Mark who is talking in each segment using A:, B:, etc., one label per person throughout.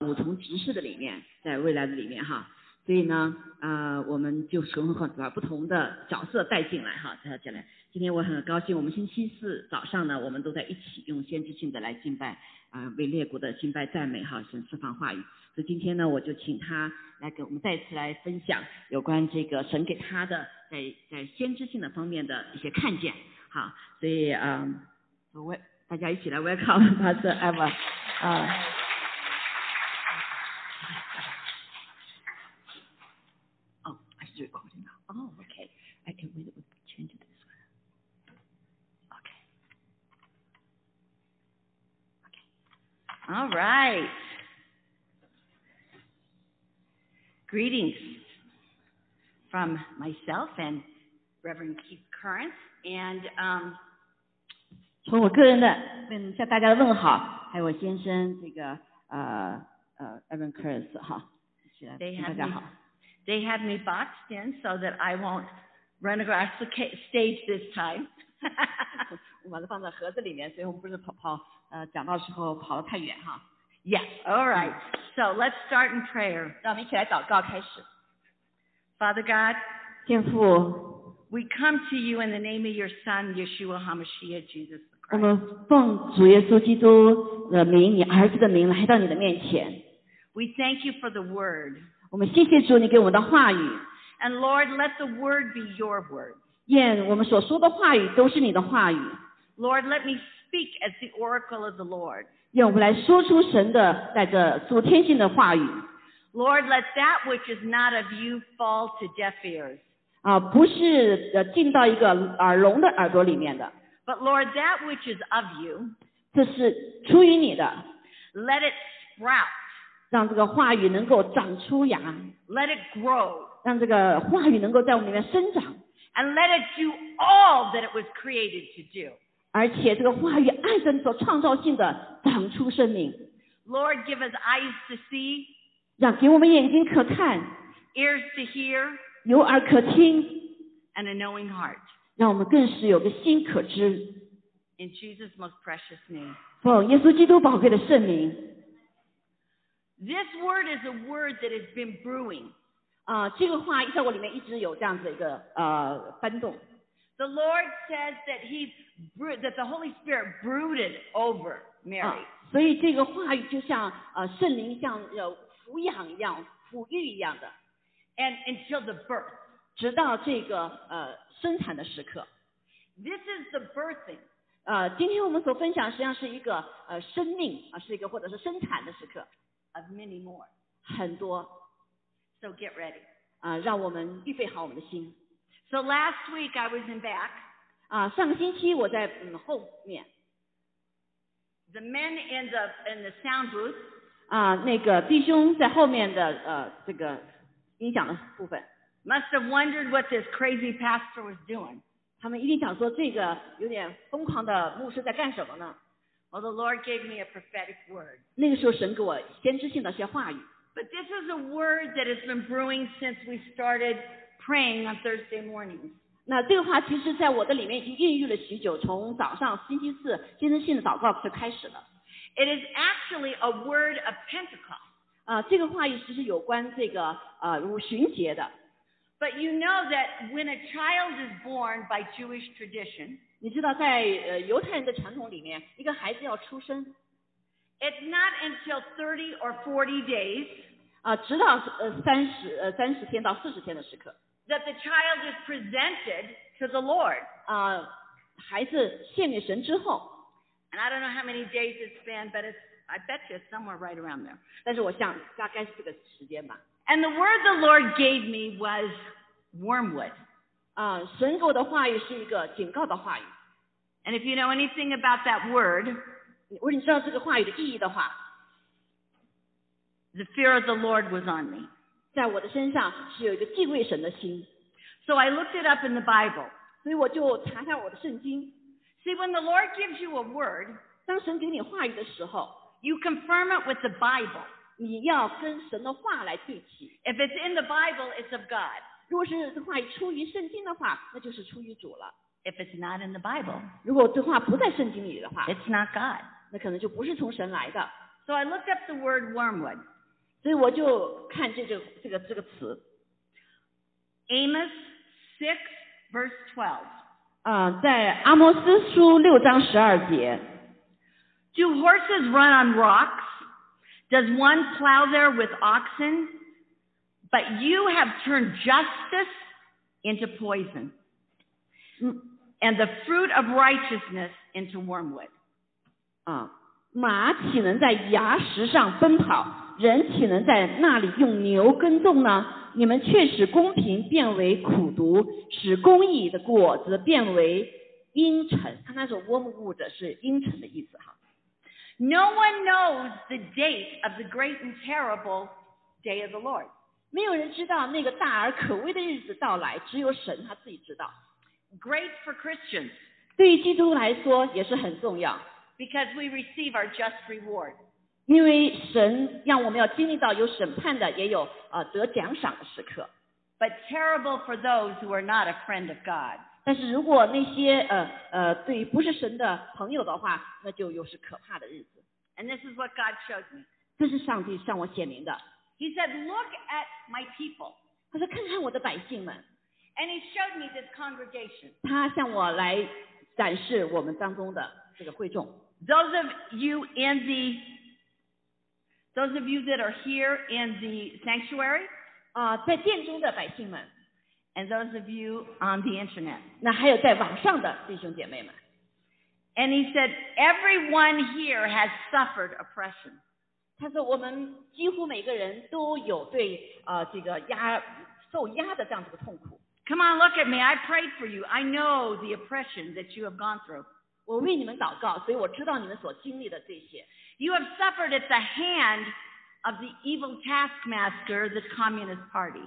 A: 五重执事的里面，在未来的里面哈。所以呢，啊、我们就从把不同的角色带进来哈，带进来。今天我很高兴，我们星期四早上呢，我们都在一起用先知性的来敬拜，啊、为列国的敬拜赞美哈，神释放话语。所以今天呢，我就请他来给我们再次来分享有关这个神给他的在在先知性的方面的一些看见。好，所以啊，我、为大家一起来 welcome 巴斯艾玛啊。Oh, I should record it now. Oh, okay. I can wait. We change it this way. Okay. Okay. All right. Greetings from myself and Reverend Keith Current, and um, 从我个人的问向大家的问好，还有我先生这个呃呃 Evan Curtis 哈，一起来
B: They
A: 跟大
B: have
A: 家
B: me-
A: 好。
B: They had me boxed in so that I won't run across the ca- stage this time.
A: 我把它放在盒子里面，所以我们不是跑跑呃讲到时候跑得太远哈。
B: yes, all right. So let's start in prayer.
A: 让我们一起来祷告开始。
B: Father God,
A: 天父，
B: we come to you in the name of your Son, Yeshua HaMashiach, Jesus
A: 我
B: Christ.
A: 们奉主耶稣基督的名，你儿子的名来到你的面前。
B: We thank you for the word.
A: 我们谢谢主，你给我们的话语，
B: And Lord, let the word be your word.
A: 愿我们所说的话语都是你的话语。
B: Lord, let me speak as the oracle of the Lord.
A: 愿我们来说出神的带着主天性的话语
B: Lord, let that which is not of you fall to deaf ears.
A: 啊，不是呃进到一个耳聋的耳朵里面的，
B: But Lord, that which is of you,
A: 这是出于你的，
B: let it sprout.
A: 让这个话语能够长出芽，
B: Let it grow
A: 让这个话语能够在我们里面生长，
B: and let it do all that it was created to do.
A: 而且这个话语按着你所创造性的长出生命，
B: Lord, give us eyes to see,
A: 让给我们眼睛可看，
B: ears to hear,
A: 有耳可听，
B: and a knowing heart.
A: 让我们更是有个心可知。
B: In Jesus' most precious name.
A: 奉耶稣基督宝贵的圣名
B: This word is a word that has been brewing.
A: 啊、这个话在我里面一直有这样子一个呃翻动。
B: The Lord says that He brew, that the Holy Spirit brooded over
A: 啊
B: Mary.，
A: 所以这个话语就像呃圣灵像呃抚养一样、抚育一样的，
B: and until the birth.
A: 直到这个呃生产的时刻。
B: This is the birthing.
A: 呃，今天我们所分享实际上是一个呃生命啊、是一个或者是生产的时刻，
B: of many more.
A: 很多
B: So get ready.
A: 啊、让我们预备好我们的心
B: So last week I was in back.
A: 啊、上个星期我在嗯后面
B: The men in the in the sound booth
A: 啊、那个弟兄在后面的呃这个音响的部分，
B: must have wondered what this crazy pastor was doing.
A: 他们一定想说这个有点疯狂的牧师在干什么呢？
B: Well, the Lord gave me a prophetic word.
A: 那个时候神给我先知性的一些话语。
B: But this is a word that has been brewing since we started praying on Thursday mornings.
A: 那这个话其实在我的里面已经孕育了许久，从早上星期四先知性的祷告就开始了。
B: It is actually a word of Pentecost.
A: 啊、这个话语其实有关这个呃五旬节的。
B: But you know that when a child is born by Jewish tradition,
A: 你知道在，呃犹太人的传统里面，一个孩子要出生
B: it's not until 30 or 40 days
A: 啊、直到呃三十呃三十天到四十天的时刻
B: that the child is presented to the Lord.
A: 啊、孩子献给神之后，
B: And I don't know how many days it's been, but it's, I bet you it's somewhere right around there.
A: 但是我想大概是这个时间吧。
B: And the word the Lord gave me was wormwood.
A: 啊、神给我的话语是一个警告的话语。
B: And if you know anything about that word,
A: 如果你知道这个话语的意义的话，
B: the fear of the Lord was on me.
A: 在我的身上是有一个敬畏神的心，
B: So I looked it up in the Bible.
A: 所以我就查一下我的圣经。
B: See, when the Lord gives you a word,
A: 当神给你话语的时候，
B: you confirm it with the Bible.
A: 你要跟神的话来对齐。
B: If it's in the Bible, it's of God.
A: 如果是这话语出于圣经的话，那就是出于主了；
B: If it's not in the Bible,
A: 如果这话不在圣经里的话，
B: it's not God.
A: 那可能就不是从神来的。
B: So I looked up the word wormwood.
A: 所以我就看这个这个这个词
B: Amos 6, verse 12.
A: 啊、在阿摩斯书六章十二节，
B: Do horses run on rocks? Does one plow there with oxen? But you have turned justice into poison
A: 嗯
B: and the fruit of righteousness into wormwood.
A: 啊，马岂能在崖石上奔跑？人岂能在那里用牛耕种呢？你们却使公平变为苦毒，使公义的果子变为阴沉。刚才说 wormwood 是阴沉的意思哈。
B: No one knows the date of the great and terrible day of the Lord.
A: 没有人知道那个大而可畏的日子到来，只有神他自己知道。
B: Great for Christians
A: 对于基督徒来说也是很重要，
B: because we receive our just reward.
A: 因为神让我们要经历到有审判的，也有呃得奖赏的时刻。
B: But terrible for those who are not a friend of God.
A: 但是如果那些呃呃对不是神的朋友的话，那就又是可怕的日子。
B: And this is what God showed me.
A: 这是上帝向我显明的。
B: He said, Look at my people.
A: 他说：“看看我的百姓们。
B: And he showed me this congregation. ”
A: 他向我来展示我们当中的这个会众。
B: Those of you in the those of you that are here in the sanctuary
A: 啊、在殿中的百姓们，
B: and those of you on the internet.
A: 那还有在网上的弟兄姐妹们，
B: And he said, Everyone here has suffered oppression.
A: 他说我们几乎每个人都有对呃这个压受压的这样子的痛苦。
B: Come on, look at me. I prayed for you. I know the oppression that you have gone through.
A: 我为你们祷告，所以我知道你们所经历的这些。
B: You have suffered at the hand of the evil taskmaster, the Communist Party.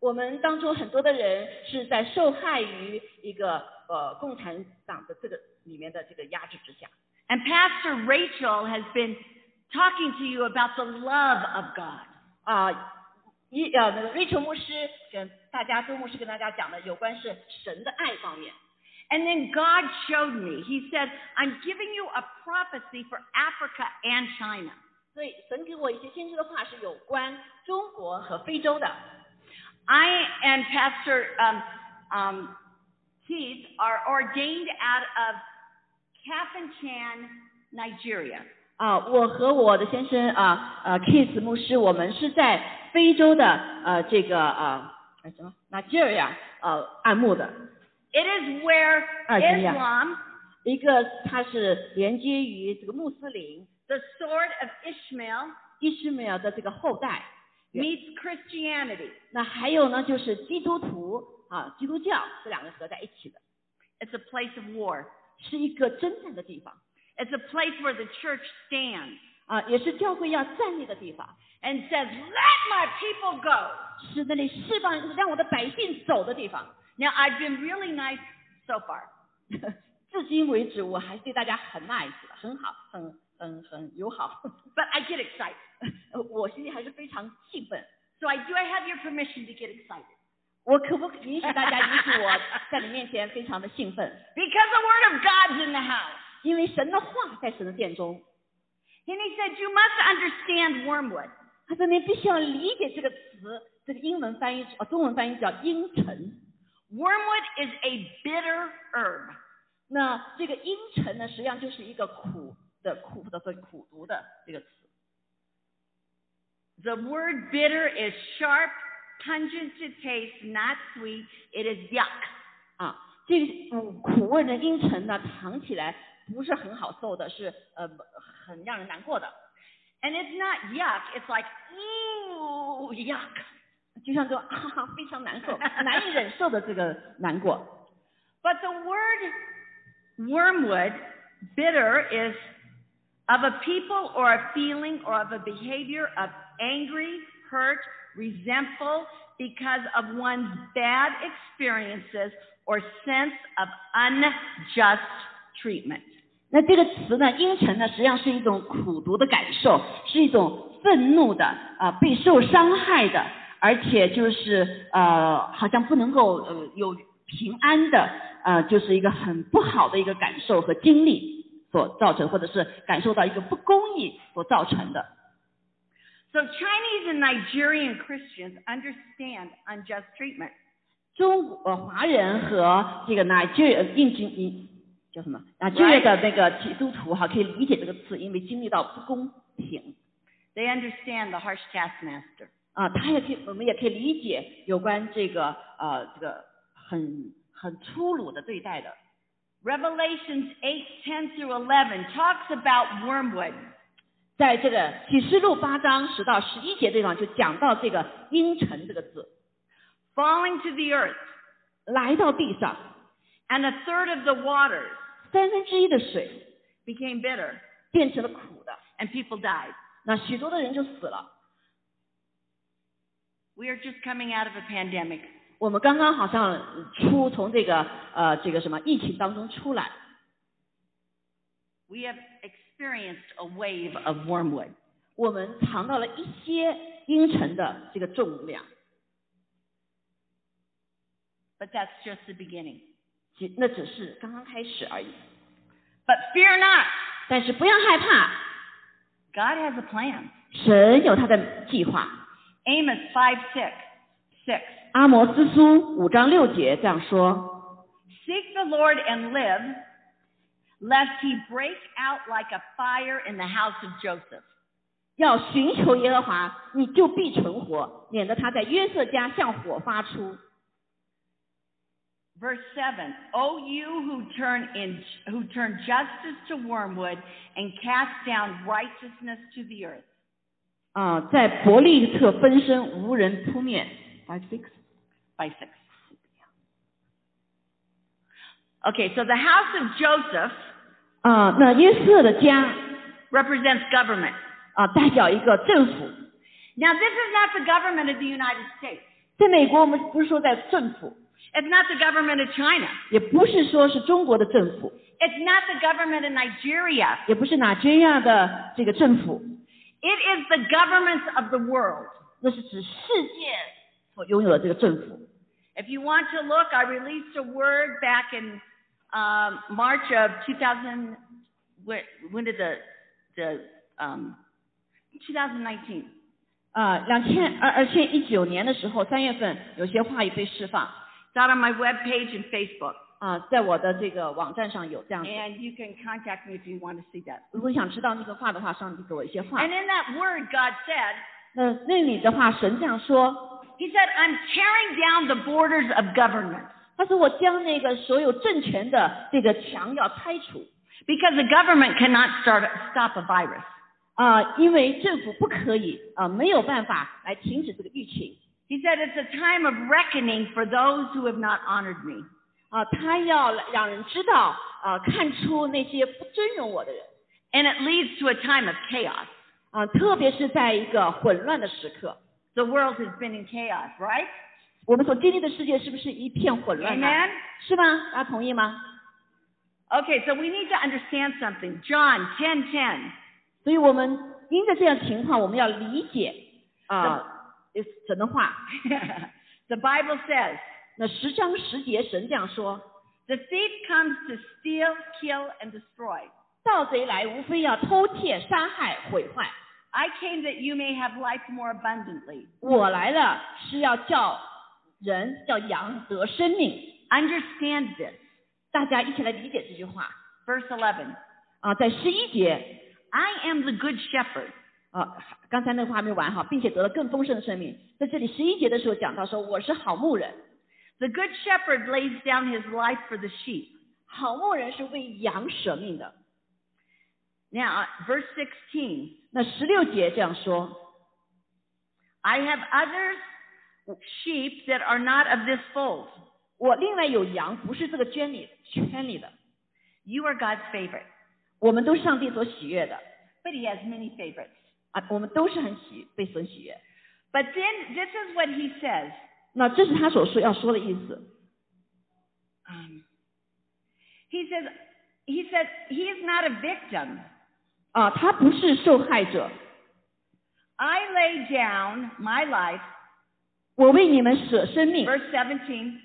A: 我们当中很多的人是在受害于一个呃共产党的这个里面的这个压制之下。
B: And Pastor Rachel has been talking to you about the love of God.
A: 啊，一呃那个瑞秋牧师跟大家周牧师跟大家讲的有关是神的爱方面。
B: And then God showed me. He said, I'm giving you a prophecy for Africa and China.
A: 所以神给我一些先知的话是有关中国和非洲的。
B: I and Pastor um, um, Keith are ordained out of Kafanchan, Nigeria.
A: 啊，我和我的先生啊呃 Kiss 牧师，我们是在非洲的呃这个呃呃什么 Nigeria 呃按牧的。
B: It is where
A: Nigeria.
B: Islam,
A: 一个它是连接于这个穆斯林
B: the sword of Ishmael,
A: 伊斯梅尔的这个后代，Yeah.
B: meets Christianity.
A: 那还有呢就是基督徒啊，基督教这两个合在一起的，
B: It's a place of war.
A: 是一个征战的地方
B: It's a place where the church stands
A: 啊，也是教会要站立的地方，
B: and says, Let my people go.
A: 是那里释放让我的百姓走的地方。
B: Now, I've been really nice so far.
A: 至今为止，我还对大家很 nice，的很好，很很很友好，
B: But I get excited.
A: 呃我心里还是非常气愤。
B: So I do I have your permission to get excited.
A: 我可不可以允许大家允许我在你面前非常的兴奋？
B: Because the word of God's in the house.
A: 因为神的话在神的殿中，
B: And he said, You must understand wormwood.
A: 他说你必须要理解这个词，这个英文翻译呃中文翻译叫阴沉。
B: Wormwood is a bitter herb.
A: 那这个阴沉呢，实际上就是一个苦的苦的和苦读的这个词。
B: The word bitter is sharp, pungent to taste, not sweet. It is yuck.
A: 啊，这个嗯苦味的阴沉呢，尝起来不是很好受的，是呃很让人难过的。
B: And it's not yuck, it's like, ooh, yuck.
A: 就像这种 啊哈哈非常难受、难以忍受的这个难过。
B: But the word wormwood, bitter, is of a people or a feeling or of a behavior of angry, hurt, resentful because of one's bad experiences or sense of unjust treatment.
A: 那这个词呢，阴沉呢，实际上是一种苦读的感受，是一种愤怒的啊、被受伤害的，而且就是呃，好像不能够呃有平安的，呃，就是一个很不好的一个感受和经历。所造成，或者是感受到一个不公义所造成的。
B: So Chinese and Nigerian Christians understand unjust treatment.
A: 中国呃华人和这个 Nigeria 印军印叫什么 Nigeria 的那个基督徒哈，可以理解这个词，因为经历到不公平
B: They understand the harsh taskmaster.
A: 啊，他也可以，我们也可以理解有关这个呃这个很很粗鲁的对待的。
B: Revelations 8, 10 through 11 talks about wormwood.
A: 在这个启示录八章十到十一节这地方就讲到这个阴沉这个字，
B: falling to the earth,
A: 来到地上
B: and a third of the waters
A: 三分之一的水
B: became bitter,
A: 变成了苦的，
B: and people died.
A: 那许多的人就死了。
B: We are just coming out of a pandemic.
A: 我们刚刚好像出从这个呃这个什么疫情当中出来，
B: We have experienced a wave of wormwood.
A: 我们尝到了一些阴沉的这个重量，
B: But that's just the beginning.
A: 其那只是刚刚开始而已。
B: But fear not,
A: 但是不要害怕，
B: God has a plan.
A: 神有他的计划。
B: Amos 5 6. 6.
A: 阿摩斯书五章六节这样说：
B: Seek the Lord and live, lest he break out like a fire in the house of Joseph.
A: 要寻求耶和华，你就必存活，免得他在约瑟家向火发出。
B: Verse 7 O you who turn, in, who turn justice to wormwood and cast down righteousness to the earth.
A: 啊、在伯利特分身，无人扑灭。Five six，
B: By 6. Okay, so the house of Joseph
A: 啊、那约瑟的家
B: represents government.
A: 啊、代表一个政府。
B: Now, this is not the government of the United States.
A: 在美国，我们不是说在政府，
B: It's not the government of China.
A: 也不是说是中国的政府，
B: It's not the government of Nigeria.
A: 也不是哪这样的这个政府，
B: It is the governments of the world.
A: 那是指世界所拥有的这个政府。
B: If you want to look, I released a word back in um, March of 2000. When, when did the the um, 2019?
A: 啊，两千二二千一九年的时候，三月份有些话语被释放
B: It's out on my webpage and Facebook,
A: 啊、在我的这个网站上有这样子。
B: and you can contact me if you want to see that.
A: 如果想知道那个话的话，上帝给我一些话
B: And。in that word, God said,
A: 那那里的话，神这样说，
B: He said, "I'm tearing down the borders of government
A: 他说我将那个所有政权的这个墙要拆除
B: because the government cannot start stop a virus."
A: 啊、因为政府不可以啊、没有办法来停止这个疫情。
B: He said, "It's a time of reckoning for those who have not honored me."
A: 啊，他要让人知道，啊，看出那些不尊荣我的人，
B: And it leads to a time of chaos.
A: 啊，特别是在一个混乱的时刻，
B: The world has been in chaos, right?
A: 我们所经历的世界是不是一片混乱呢？
B: Amen.
A: 是吧？大家同意吗？
B: Okay, so we need to understand something. John 10:10.
A: 所以我们因着这样情况，我们要理解啊，神的话。
B: the Bible says,
A: 那十章十节，神这样说
B: "The thief comes to steal, kill and destroy.
A: 盗贼来，无非要偷窃、杀害、毁坏。
B: I came that you may have life more abundantly."
A: 我来了，是要叫人叫羊得生命。
B: Understand this.
A: 大家一起来理解这句话
B: Verse 11.
A: 啊，在十一节。
B: I am the good shepherd.
A: 啊，刚才那个话还没完哈，并且得了更丰盛的生命。在这里十一节的时候讲到说，我是好牧人，
B: The good shepherd lays down his life for the sheep.
A: 好牧人是为羊舍命的。
B: Now, verse 16.
A: 那十六节这样说
B: I have others sheep that are not of this fold.：“
A: 我另外有羊，不是这个圈里圈里的，
B: You are God's favorite,
A: 我们都是上帝所喜悦的
B: but He has many favorites.
A: 啊，我们都是很喜被神喜悦。
B: But then this is what He says. ”
A: 那这是他所说要说的意思
B: Um, he says, He said, He is not a victim.
A: 啊，他不是受害者，
B: I lay down my life.
A: 我为你们舍生命。
B: Verse 17.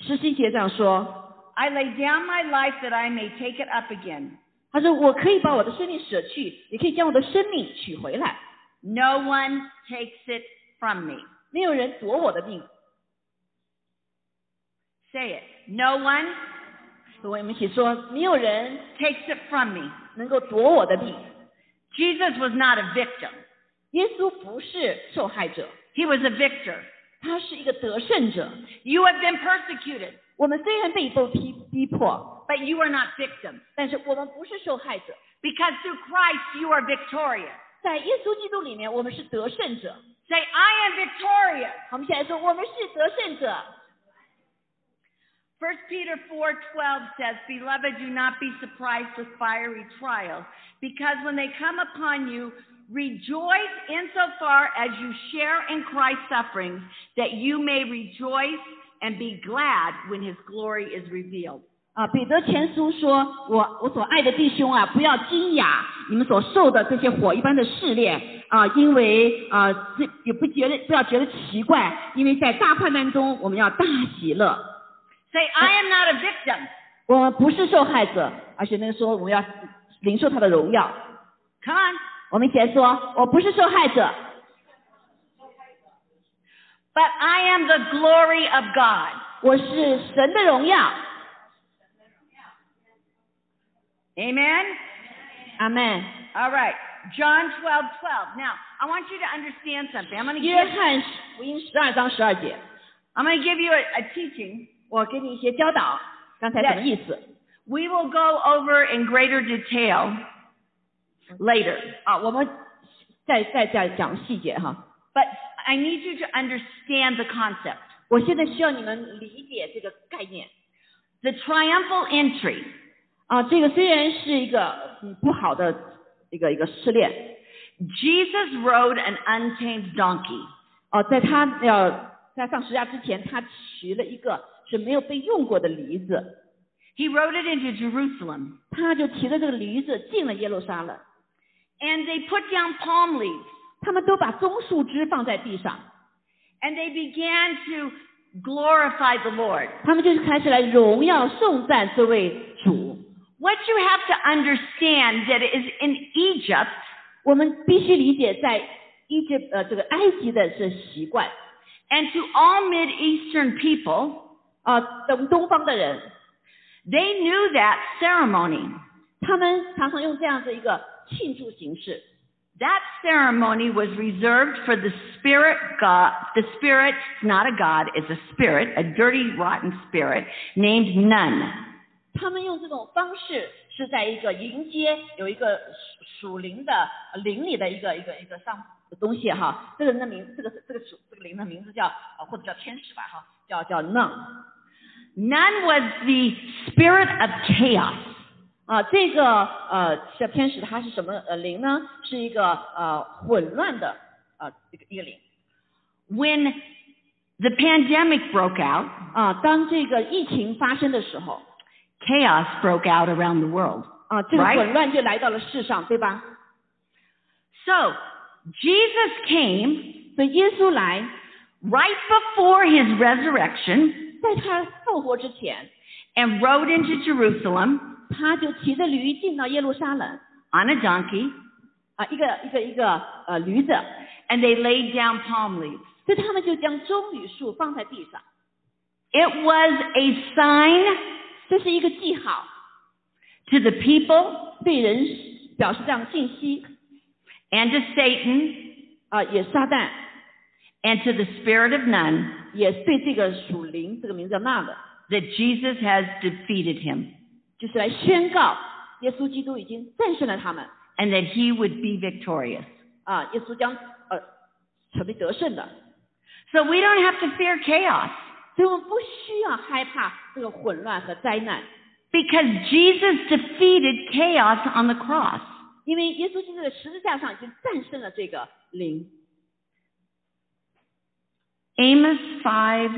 A: 十七节这样说
B: I lay down my life that I may take it up again.
A: 他说：“我可以把我的生命舍去，也可以将我的生命取回来，
B: No one takes it from me.
A: 没有人夺我的命。
B: Say it. No one ”
A: 我们一起说：“没有人
B: takes it from me.
A: 能够夺我的命。
B: Jesus was not a victim. ”
A: 耶稣不是受害者，
B: He was a victor.
A: 他是一个得胜者。
B: You have been persecuted,
A: 我们虽然被迫逼逼迫，
B: but you are not victims.
A: 但是我们不是受害者，
B: Because through Christ you are victorious.
A: 在耶稣基督里面，我们是得胜者。
B: Say, I am victorious.
A: 好我们现在说，我们是得胜者。
B: 1 Peter 4:12 says, "Beloved, do not be surprised with fiery trials, because when they come upon you, rejoice insofar as you share in Christ's sufferings, that you may rejoice and be glad when his glory is revealed."
A: 啊，彼得前书说：“我我所爱的弟兄啊，不要惊讶你们所受的这些火一般的试炼啊，因为啊，这也不觉得不要觉得奇怪，因为在大患难中我们要大喜乐。
B: Say, "I am not a victim."
A: 我们不是受害者，而且那个时候我们要领受他的荣耀。
B: Come on.
A: 我们一起来说，我不是受害者，
B: But I am the glory of God.
A: 我是神的荣耀。
B: Amen.
A: 阿门。
B: All right. John 12:12. Now, I want you to understand something. I'm going to
A: 约
B: give
A: 翰福音十二章十二节，
B: I'm going to give you a, a teaching.
A: 我给你一些教导，刚才什么意思？
B: We will go over in greater detail later.
A: 啊，我们再再再讲细节哈。
B: But I need you to understand the concept.
A: 我现在需要你们理解这个概念
B: The triumphal entry
A: 啊，这个虽然是一个嗯不好的一个一个失恋
B: Jesus rode an untamed donkey.
A: 啊，在他要、在上十字架之前，他骑了一个是没有被用过的驴子，
B: He rode it into Jerusalem.
A: 他就骑着这个驴子进了耶路撒冷，
B: And they put down palm leaves
A: 他们都把棕树枝放在地上，
B: and they began to glorify the Lord.
A: 他们就是开始来荣耀颂赞这位主。
B: What you have to understand that is in Egypt,
A: 我们必须理解，在一及呃这个埃及的是习惯
B: and to all mid eastern people,
A: 啊，等东方的人
B: they knew that ceremony.
A: 他们常常用这样的一个庆祝形式。
B: That ceremony was reserved for the spirit god. The spirit, it's not a god, it's a spirit, a dirty, rotten spirit named Nun.
A: 他们用这种方式是在一个迎接有一个属属灵的呃灵里的一个一个一个上的东西哈，这个人的名这个这个属这个灵的名字叫呃或者叫天使吧哈，叫叫 n
B: Nun was the spirit of chaos.
A: 啊，这个呃叫天使它是什么呃灵呢？是一个呃混乱的呃一个一个灵
B: When the pandemic broke out,
A: 啊。当这个疫情发生的时候
B: chaos broke out around the world.
A: 啊，这个
B: Right.
A: 混乱就来到了世上，对吧？
B: So, Jesus came
A: 所以耶稣来，
B: right before his resurrection
A: 在他复活之前，
B: and rode into Jerusalem
A: 他就骑着驴进到耶路撒冷
B: on a donkey
A: 啊，一个一个一个呃驴子，
B: and they laid down palm leaves.
A: 所以他们就将棕榈树放在地上，
B: It was a sign
A: 这是一个记号，
B: to the people
A: 对人表示这样的信息
B: and to Satan
A: 啊、也撒旦，
B: and to the spirit of none
A: 也对这个属灵这个名字叫那的，
B: that Jesus has defeated him
A: 就是来宣告耶稣基督已经战胜了他们
B: and that he would be victorious.
A: 啊、耶稣将呃成为得胜的，
B: So we don't have to fear chaos
A: 所以我们不需要害怕这个混乱和灾难，
B: because Jesus defeated chaos on the cross.
A: 因为耶稣基督在十字架上已经战胜了这个灵。
B: Amos 5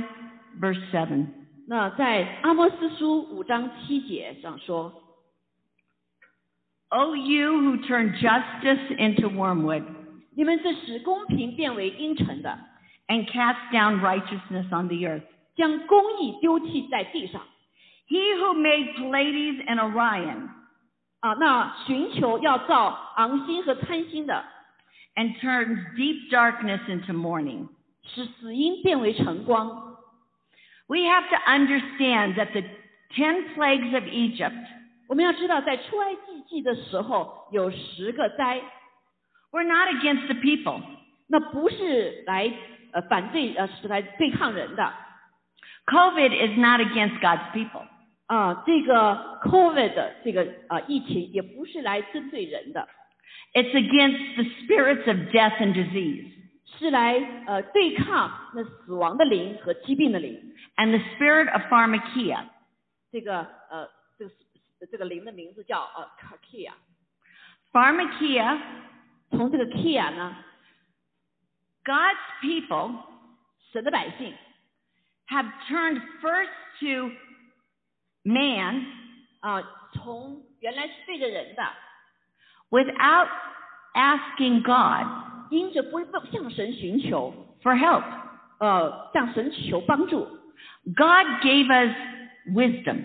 B: verse 7.
A: 那在阿莫斯书五章七节上说，
B: O you who turn justice into wormwood
A: 你们是使公平变为阴沉的，
B: and cast down righteousness on the earth.
A: 将公义丢弃在地上。
B: He who made Pleiades and Orion
A: 啊、那寻求要造昂心和贪心的，
B: and turns deep darkness into morning.
A: 使死因变为晨光。
B: We have to understand that the 10 plagues of Egypt
A: 我们要知道，在出埃及记的时候有十个灾，
B: were not against the people,
A: 那不是来呃反对呃是来对抗人的
B: COVID is not against God's people.
A: 啊、这个 COVID 的这个呃疫情也不是来针对人的，
B: It's against the spirits of death and disease
A: 是来呃对抗那死亡的灵和疾病的灵。
B: and the spirit of pharmakia.
A: 这个呃这个这个灵的名字叫呃 Kia。
B: Pharmakia,
A: 从这个 Kia 呢，
B: God's people
A: 神的百姓
B: have turned first to man
A: 啊、从原来是对着人的，
B: without asking God
A: 因着不不向神寻求，
B: for help.
A: 呃向神求帮助，
B: God gave us wisdom.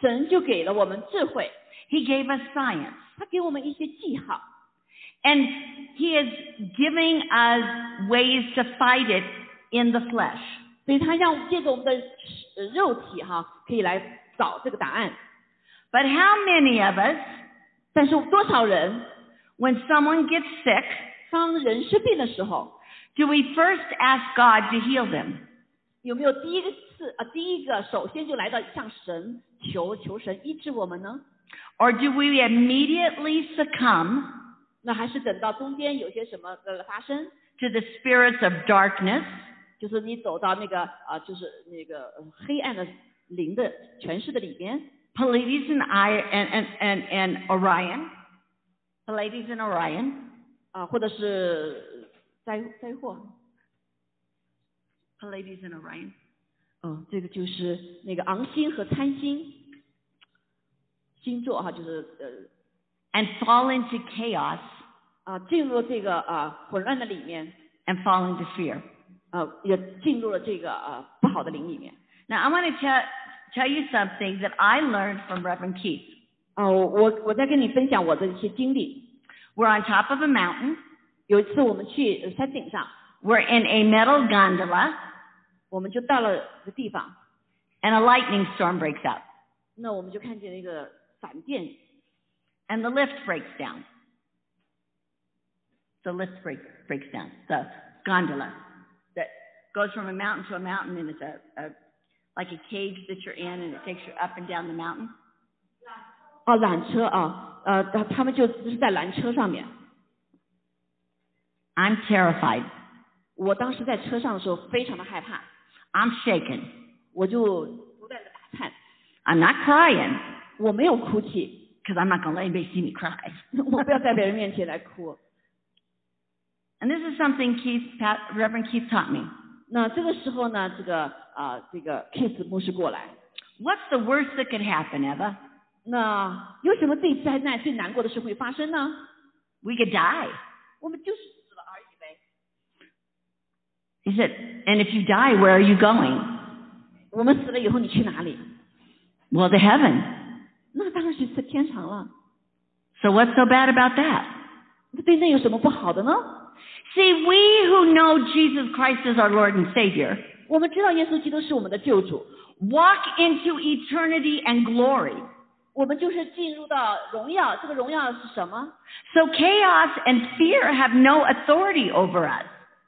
A: 神就给了我们智慧，
B: He gave us science.
A: 他给我们一些记号。
B: And he is giving us ways to fight it in the flesh.
A: 所以他让借着我们的呃肉体哈、可以来找这个答案。
B: But how many of us,
A: 但是多少人
B: when someone gets sick,
A: 当人生病的时候，
B: do we first ask God to heal them?
A: 有没有第一个次啊、呃第一个首先就来到向神求求神医治我们呢？
B: Or do we immediately succumb
A: 那还是等到中间有些什么呃发生，
B: to the spirits of darkness
A: 就是你走到那个啊、呃就是那个呃黑暗的灵的权势的里边，
B: Pleiades and, I, and, and, and, and Orion. Pleiades and Orion.
A: 啊、或者是灾灾祸，
B: Pleiades and Orion.
A: 嗯，这个就是那个昂星和贪心星座哈、就是呃
B: And fall into chaos
A: 啊，进入这个啊混乱的里面，
B: and fall into fear.
A: 呃，也进入了这个啊不好的灵里面。
B: Now, I want to tell, tell you something that I learned from Reverend Keith.
A: 啊，我我我再跟你分享我的一些经历。
B: We're on top of a mountain.
A: 有一次我们去呃山顶上，
B: We're in a metal gondola,
A: 我们就到了一个地方，
B: and a lightning storm breaks out,
A: 那我们就看见那个闪电
B: and the lift breaks down. The lift break, breaks down. The gondola that goes from a mountain to a mountain, and it's a, a like a cage that you're in, and it takes you up and down the mountain.
A: 啊缆车啊，呃，他他们就就是在缆车上面。
B: I'm terrified.
A: 我当时在车上的时候非常的害怕，
B: I'm shaken.
A: 我就不断的打颤，
B: I'm not crying
A: 我没有哭泣，
B: because I'm not going to let anybody see me cry.
A: 我不要在别人面前来哭。
B: And this is something Keith, Pat, Reverend Keith taught me.
A: 那这个时候呢，这个啊、这个 Kiss 牧师过来，
B: What's the worst that could happen, Eva?
A: 那有什么最灾难、最难过的事会发生呢？
B: We could die.
A: 我们就是死了而已呗。
B: He said, and if you die, where are you going?
A: 我们死了以后你去哪里？
B: Well, to heaven.
A: 那当然是去天堂了。
B: So what's so bad about that?
A: 那对那有什么不好的呢？
B: See, we who know Jesus Christ as our Lord and Savior
A: 我们知道耶稣基督是我们的救主，
B: walk into eternity and glory.
A: 我们就是进入到荣耀。这个荣耀是什么？
B: So chaos and fear have no authority over us.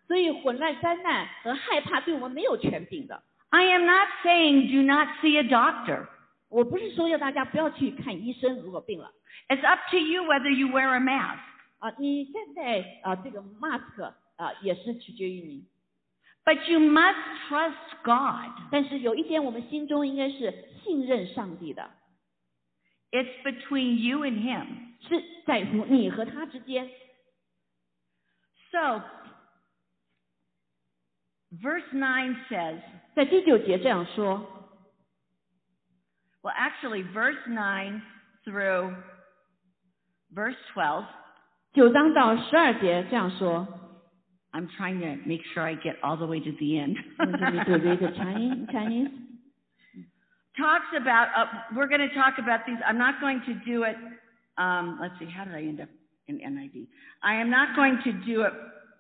A: 所以混乱、灾难和害怕对我们没有权柄的。
B: I am not saying do not see a doctor.
A: 我不是说要大家不要去看医生，如果病了
B: It's up to you whether you wear a mask.
A: 啊，你现在啊这个 mask 啊也是取决于你。
B: But you must trust God.
A: 但是有一点，我们心中应该是信任上帝的，
B: It's between you and Him.
A: 是在乎你和他之间。
B: So, verse 9 says,
A: 在第九节这样说，
B: well, actually, verse 9 through verse 12,
A: 九章到十二节这样说。
B: I'm trying to make sure I get all the way to the end.
A: 我们这里读的一 个 Chinese Chinese。
B: Talks about, uh, we're going to talk about these. I'm not going to do it um, let's see, how did I end up in NIV? I am not going to do it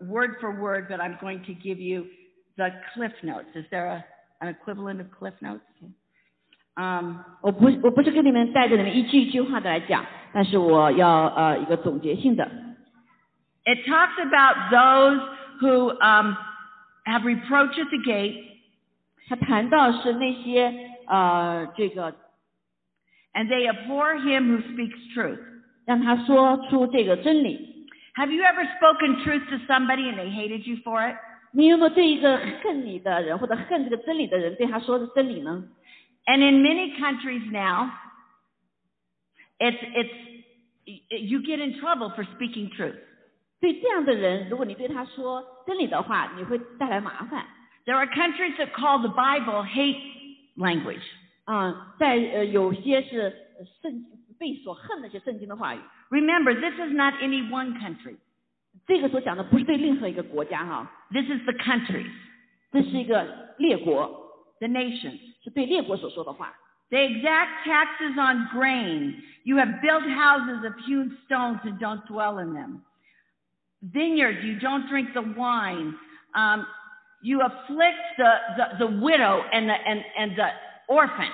B: word for word, but I'm going to give you the Cliff Notes. Is there a, an equivalent of Cliff Notes? Um,
A: 我不我不是跟你们带着你们一句一句话的来讲，但是我要呃一个总结性的。
B: It talks about those who um, have reproach at the gate
A: 他谈到是那些呃这个
B: and they abhor him who speaks truth.
A: 让他说出这个真理。
B: Have you ever spoken truth to somebody and they hated you for it?
A: 你有没有对一个恨你的人或者恨这个真理的人对他说的真理呢？
B: And in many countries now, it's it's y- you get in trouble for speaking truth.
A: 对这样的人，如果你对他说真理的话，你会带来麻烦。
B: There are countries that call the Bible hate language.
A: 啊、在呃有些是呃圣被所恨那些圣经的话语，
B: Remember, this is not any one country.
A: 这个所讲的不是对任何一个国家哈、
B: This is the countries,
A: 这是一个列国，
B: the nations.
A: 是对列国所说的话。
B: They exact taxes on grain. You have built houses of hewn stones and don't dwell in them. Vineyards, you don't drink the wine. Um, you afflict the, the, the widow and the, and, and the orphan.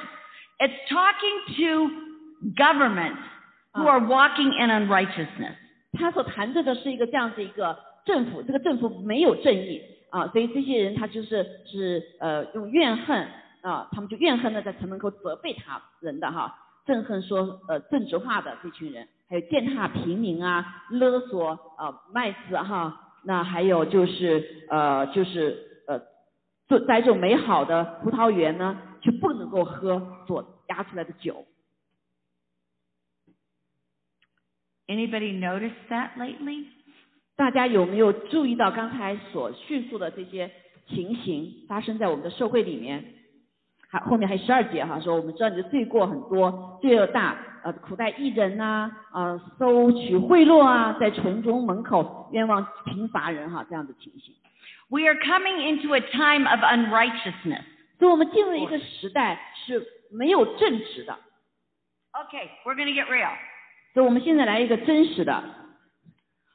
B: It's talking to governments who
A: Uh.
B: are walking in unrighteousness.
A: 他所谈论的是一个这样子一个政府，这个政府没有正义啊，所以这些人他就是是呃用怨恨啊，他们就怨恨的才才能够责备他人的哈，憎恨说呃政治化的这群人，还有践踏平民啊，勒索啊卖子哈，那还有就是呃就是呃，就在这种美好的葡萄园呢，却不能够喝所压出来的酒。
B: Anybody notice that lately?
A: 大家有没有注意到刚才所叙述的这些情形发生在我们的社会里面？还后面还十二节哈，说我们知道你的罪过很多，罪恶大，呃，苦待艺人呐、啊，呃，收取贿赂啊，在城中门口冤枉贫乏人哈、这样的情形。
B: We are coming into a time of unrighteousness.
A: 所以我们进入一个时代是没有正直的，
B: Okay, we're going to get real.
A: 所以我们现在来一个真实的，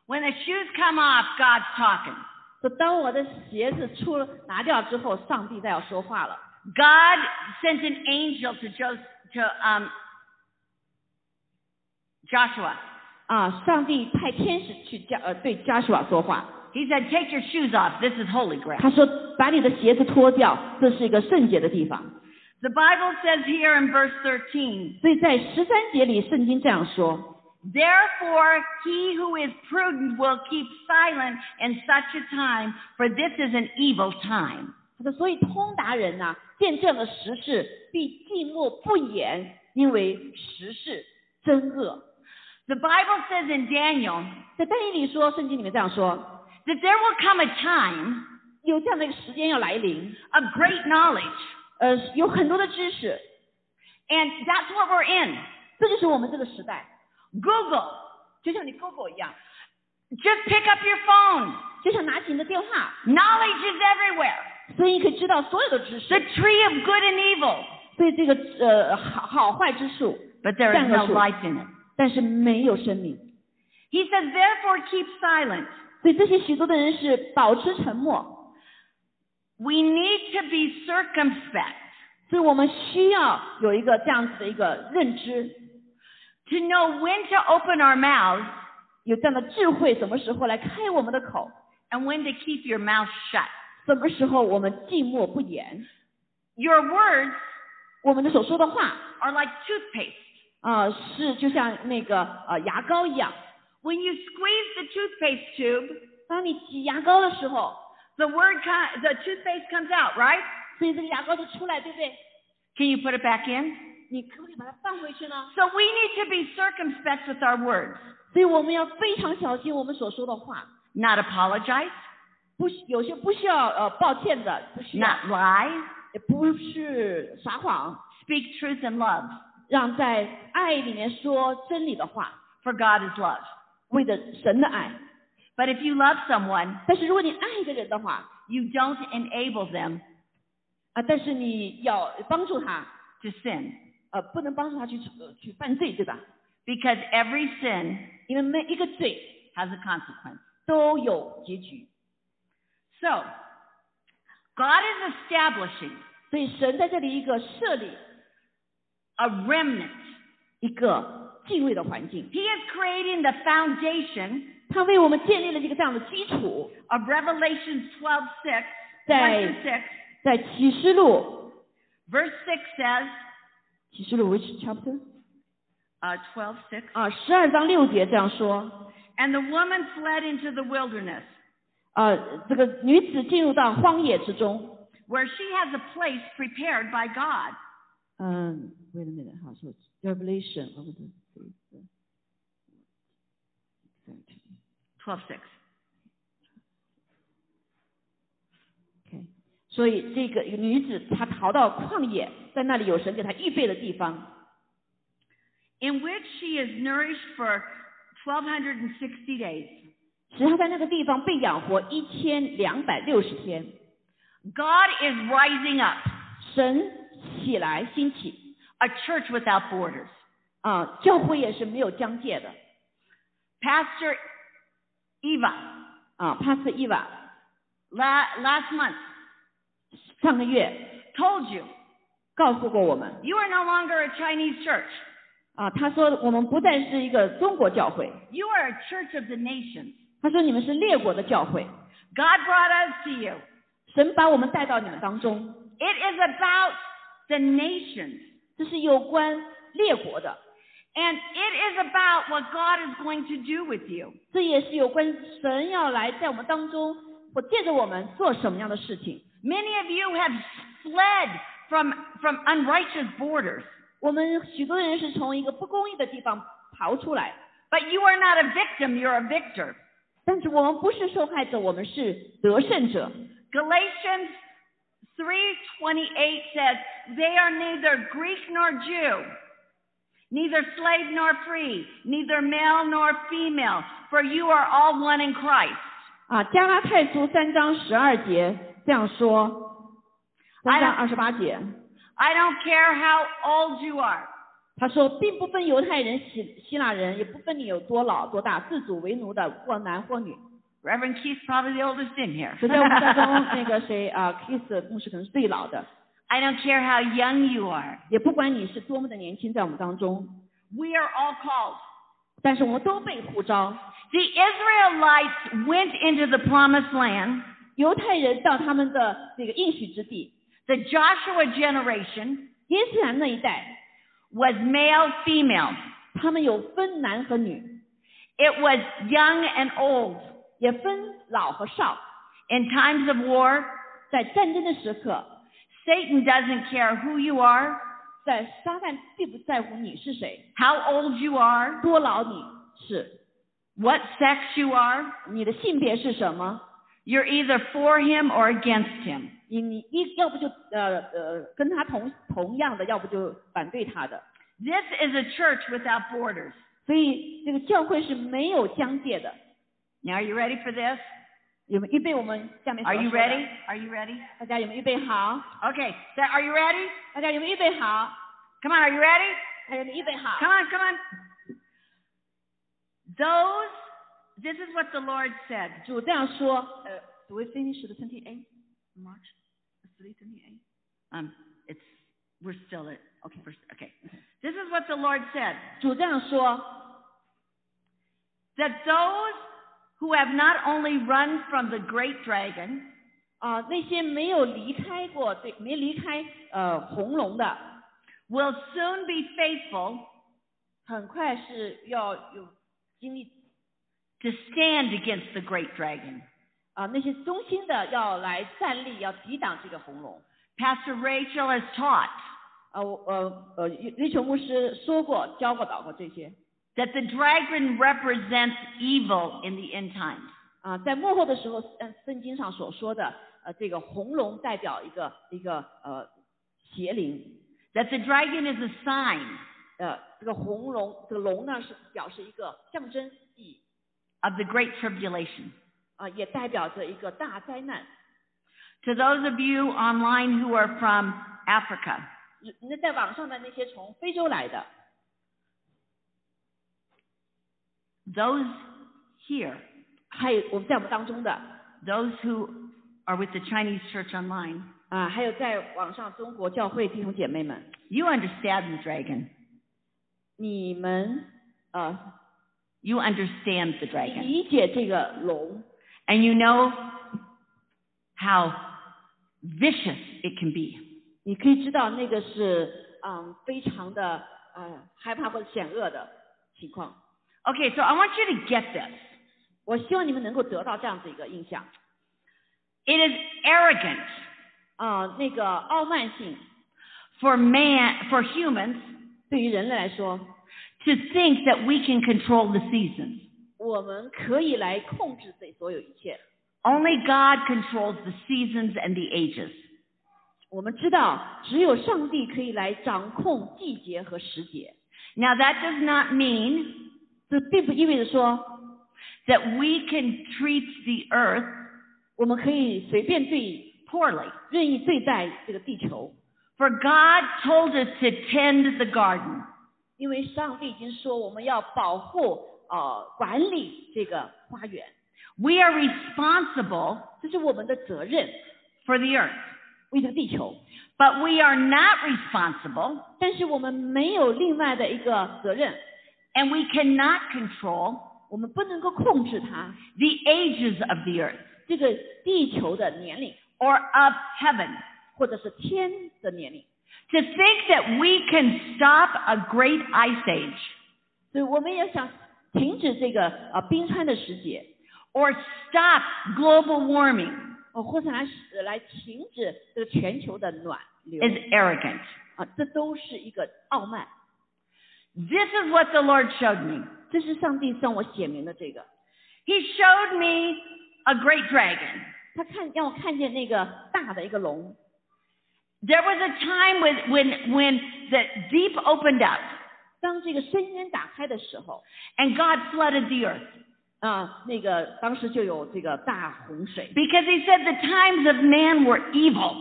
B: When the shoes come off, God's talking.
A: 说当我的鞋子出了拿掉之后，上帝再要说话了。
B: God sent an angel to, Jos- to um, Joshua.
A: 啊，上帝派天使去加呃对加属瓦说话，
B: He said, Take your shoes off. This is holy
A: 他
B: ground.
A: 说把你的鞋子脱掉，这是一个圣洁的地方。
B: The Bible says here in verse 13,
A: 所以在十三节里，圣经这样说
B: Therefore, he who is prudent will keep silent in such a time, for this is an evil time.：“
A: 他说，所以通达人呐、见证了时事，必静默不言，因为时事真恶。
B: The Bible says in Daniel ”
A: 在但以理说，圣经里面这样说，
B: that there will come a time
A: 有这样的一个时间要来临，
B: of great knowledge,
A: 呃，有很多的知识，
B: and that's what we're in.
A: 这就是我们这个时代。
B: Google.
A: 就像你 Google 一样，
B: Just pick up your phone.
A: 就像拿起你的电话，
B: Knowledge is everywhere.
A: 所以你可以知道所有的知
B: The
A: 识。
B: tree of good and evil.
A: 对这个呃好好坏之术，
B: But there is no
A: 善恶树。
B: life in it.
A: 但是没有生命。
B: He says, therefore, keep silent.
A: 所以这些许多的人是保持沉默，
B: We need to be circumspect
A: 所以我们需要有一个这样子的一个认知，
B: to know when to open our mouths
A: 有这样的智慧，什么时候来开我们的口，
B: and when to keep your mouth shut.
A: 什么时候我们静默不言，
B: Your words
A: 我们的所说的话
B: are like toothpaste.
A: 啊、是就像那个呃牙膏一样，
B: When you squeeze the toothpaste tube,
A: 当你挤牙膏的时候，
B: the word co- the toothpaste comes out, right?
A: 所以这个牙膏就出来，对不对？
B: Can you put it back in?
A: 你可不可以把它放回去呢？
B: So we need to be circumspect with our words,
A: 所以我们要非常小心我们所说的话，
B: not apologize,
A: 不需有些不需要呃抱歉的，不需要
B: not lie,
A: 也不是撒谎，
B: speak truth in love,
A: 让在爱里面说真理的话，
B: for God is love.
A: 为着神的爱。
B: But if you love someone,
A: 但是如果你爱一个人的话，
B: you don't enable them
A: 啊，但是你要帮助他，
B: to sin
A: 呃，不能帮助他去呃去犯罪，对吧？
B: because every sin
A: 因为每一个罪
B: has a consequence.
A: 都有结局，
B: So, God is establishing
A: 所以神在这里一个设立
B: a remnant.
A: 一个敬畏的环境，
B: He is creating the foundation
A: 他为我们建立了一个这样的基础，
B: of Revelation 12, 6, 1
A: 在
B: to 6.
A: 在启示录
B: Verse 6 says,
A: 启示录 which chapter
B: uh, 12, 6,
A: 啊十二章六节这样说，
B: and the woman fled into the wilderness
A: 呃这个女子进入到荒野之中，
B: where she has a place prepared by God.
A: 嗯，wait a minute，好，说 Revelation，我不知道
B: 12, 6.
A: OK，所以这个女子她逃到旷野，在那里有神给她预备的地方，
B: in which she is nourished for 1260 days.
A: 使她在那个地方被养活一千两百六十天。
B: God is rising up
A: 神起来兴起
B: a church without borders.
A: 啊，教会也是没有疆界的
B: Pastor Eva
A: 啊。帕斯伊瓦
B: la, last month
A: 上个月
B: told you
A: 告诉过我们
B: you are no longer a Chinese church.
A: 啊，他说我们不再是一个中国教会，
B: You are a church of the nations.
A: 他说你们是列国的教会，
B: God brought us to you.
A: 神把我们带到你们当中，
B: It is about the nations.
A: 这是有关列国的，
B: And it is about what God is going to do with you.
A: 这也是有关神要来在我们当中，或借着我们做什么样的事情。
B: Many of you have fled from, from unrighteous borders.
A: 我们许多人是从一个不公义的地方逃出来，
B: But you are not a victim, you're a victor.
A: 但是我们不是受害者，我们是得胜者。
B: Galatians 3:28 says, "They are neither Greek nor Jew, neither slave nor free, neither male nor female, for you are all one in Christ."
A: 啊，加拉太书三章十二节这样说，三章二十八节，
B: I don't care how old you are.
A: 他说，并不分犹太人、希希腊人，也不分你有多老多大，自主为奴的，或男或女。
B: Reverend Keith's probably the oldest in here.
A: 所以在我们当中， 那个谁啊，Kiss 牧师可能是最老的，
B: I don't care how young you are.
A: 也不管你是多么的年轻，在我们当中，
B: We are all called.
A: 但是我们都被呼召。
B: The Israelites went into the promised land.
A: 犹太人到他们的这个应许之地，
B: The Joshua generation
A: 耶斯兰那一带，
B: was male, female.
A: 他们有分男和女，
B: It was young and old.
A: 也分老和少。
B: In times of war,
A: 在战争的时刻，
B: Satan doesn't care who you are,
A: 在撒旦并不在乎你是谁，
B: how old you are,
A: 多老你是，
B: what sex you are.
A: 你的性别是什么，
B: You're either for him or against him.
A: 你你一要不就呃呃跟他同同样的，要不就反对他的。
B: This is a church without borders.
A: 所以这个教会是没有疆界的。
B: Now, are you ready for this?
A: 有没有预备我们下面所
B: Are
A: 要
B: you
A: 说的
B: ready? Are you ready?
A: 大家有没有预备好？
B: Okay, so are you ready?
A: 大家有没有预备好？
B: Come on, are you ready?
A: 大家有没有预备好
B: Come？on, come on. Those, this is what the Lord said.
A: 主这样说，呃，Do we finish the twenty eight?
B: March 328. Um, it's we're still at okay. First, okay. This is what the Lord said:
A: 主这样说，
B: that those who have not only run from the great dragon,
A: 啊、那些没有离开过，对，没离开呃红龙的，
B: will soon be faithful
A: 很快是要有经历
B: to stand against the great dragon.
A: 啊、那些忠心的要来站立，要抵挡这个红龙。
B: Pastor Rachel has taught
A: 啊，我呃呃，瑞琼牧师说过、教过、导过这些
B: that the dragon represents evil in the end times.
A: 啊、在幕后的时候，嗯，圣经上所说的呃，这个红龙代表一个一个呃邪灵，
B: That the dragon is a sign
A: 呃，这个红龙这个龙呢是表示一个象征意义
B: of the great tribulation.
A: 啊、也代表着一个大灾难。
B: To those of you online who are from
A: 嗯
B: Africa,
A: 那在网上的那些从非洲来的
B: those here,
A: 还有我们在我们当中的
B: those who are with the Chinese church online.
A: 啊，还有在网上中国教会弟兄姐妹们，
B: You understand the dragon.
A: 你们呃
B: You understand the dragon.
A: 理解这个龙，
B: And you know how vicious it can be.
A: 你可以知道那个是嗯非常的呃害怕或者险恶的情况。
B: Okay, so I want you to get this.
A: 我希望你们能够得到这样子一个印象
B: It is arrogant
A: 啊、那个傲慢性
B: for man, for humans
A: 对于人类来说，
B: to think that we can control the seasons.
A: 我们可以来控制这所有一切。
B: Only God controls the seasons and the ages.
A: 我们知道，只有上帝可以来掌控季节和时节。
B: Now that does not mean
A: 这并不意味着说，
B: that we can treat the earth
A: 我们可以随便对
B: poorly.
A: 任意对待这个地球，
B: For God told us to tend the garden.
A: 因为上帝已经说我们要保护呃管理这个花园，
B: We are responsible
A: 这是我们的责任，
B: for the earth,
A: 为这个地球。
B: but we are not responsible
A: 但是我们没有另外的一个责任，
B: and we cannot control
A: 我们不能够控制它
B: the ages of the earth
A: 这个地球的年龄，
B: or of heaven.
A: 或者是天的年龄。
B: To think that we can stop a great ice age
A: 所以我们也想停止这个呃冰川的时节，
B: or stop global warming
A: 呃，或者来使来停止这个全球的暖流
B: is arrogant.
A: 啊，这都是一个傲慢。
B: This is what the Lord showed me.
A: 这是上帝向我写明的这个，
B: He showed me a great dragon.
A: 他看让我看见那个大的一个龙。
B: There was a time when, when, when the deep opened up
A: 当这个深渊打开的时候，
B: and God flooded the earth
A: 啊、那个当时就有这个大洪水，
B: because He said the times of man were evil.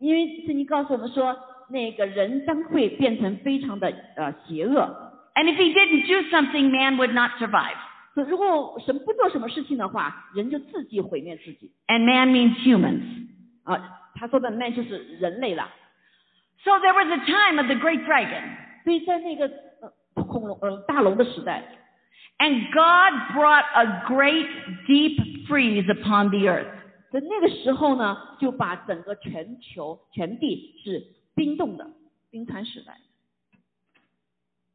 A: 因为圣经告诉我们说，那个人将会变成非常的呃邪恶，
B: And if He didn't do something, man would not survive.
A: 所以如果什么不做什么事情的话，人就自己毁灭自己
B: And man means humans.
A: 啊、他说的那就是人类了。
B: So there was a time of the great dragon
A: 所以在那个呃恐龙呃大龙的时代，
B: and God brought a great deep freeze upon the earth.
A: 在那个时候呢，就把整个全球全地是冰冻的冰川时代。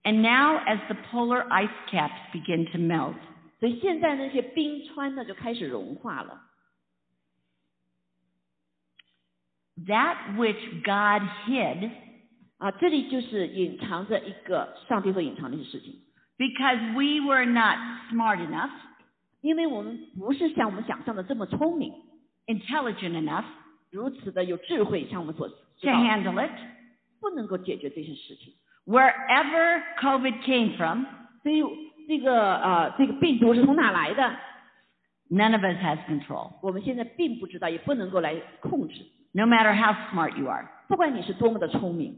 B: And now as the polar ice caps begin to melt,
A: 所以现在那些冰川呢就开始融化了。
B: that which God hid
A: 啊，这里就是隐藏着一个上帝所隐藏的一些事情，
B: because we were not smart enough,
A: 因为我们不是像我们想象的这么聪明，
B: intelligent enough
A: 如此的有智慧，像我们所知
B: to
A: 道，
B: handle it.
A: 不能够解决这些事情。
B: Wherever COVID came from,
A: 所以这个呃这个病毒是从哪来的，
B: none of us has control,
A: 我们现在并不知道，也不能够来控制。
B: no matter how smart you are.
A: 不管你是多么的聪明，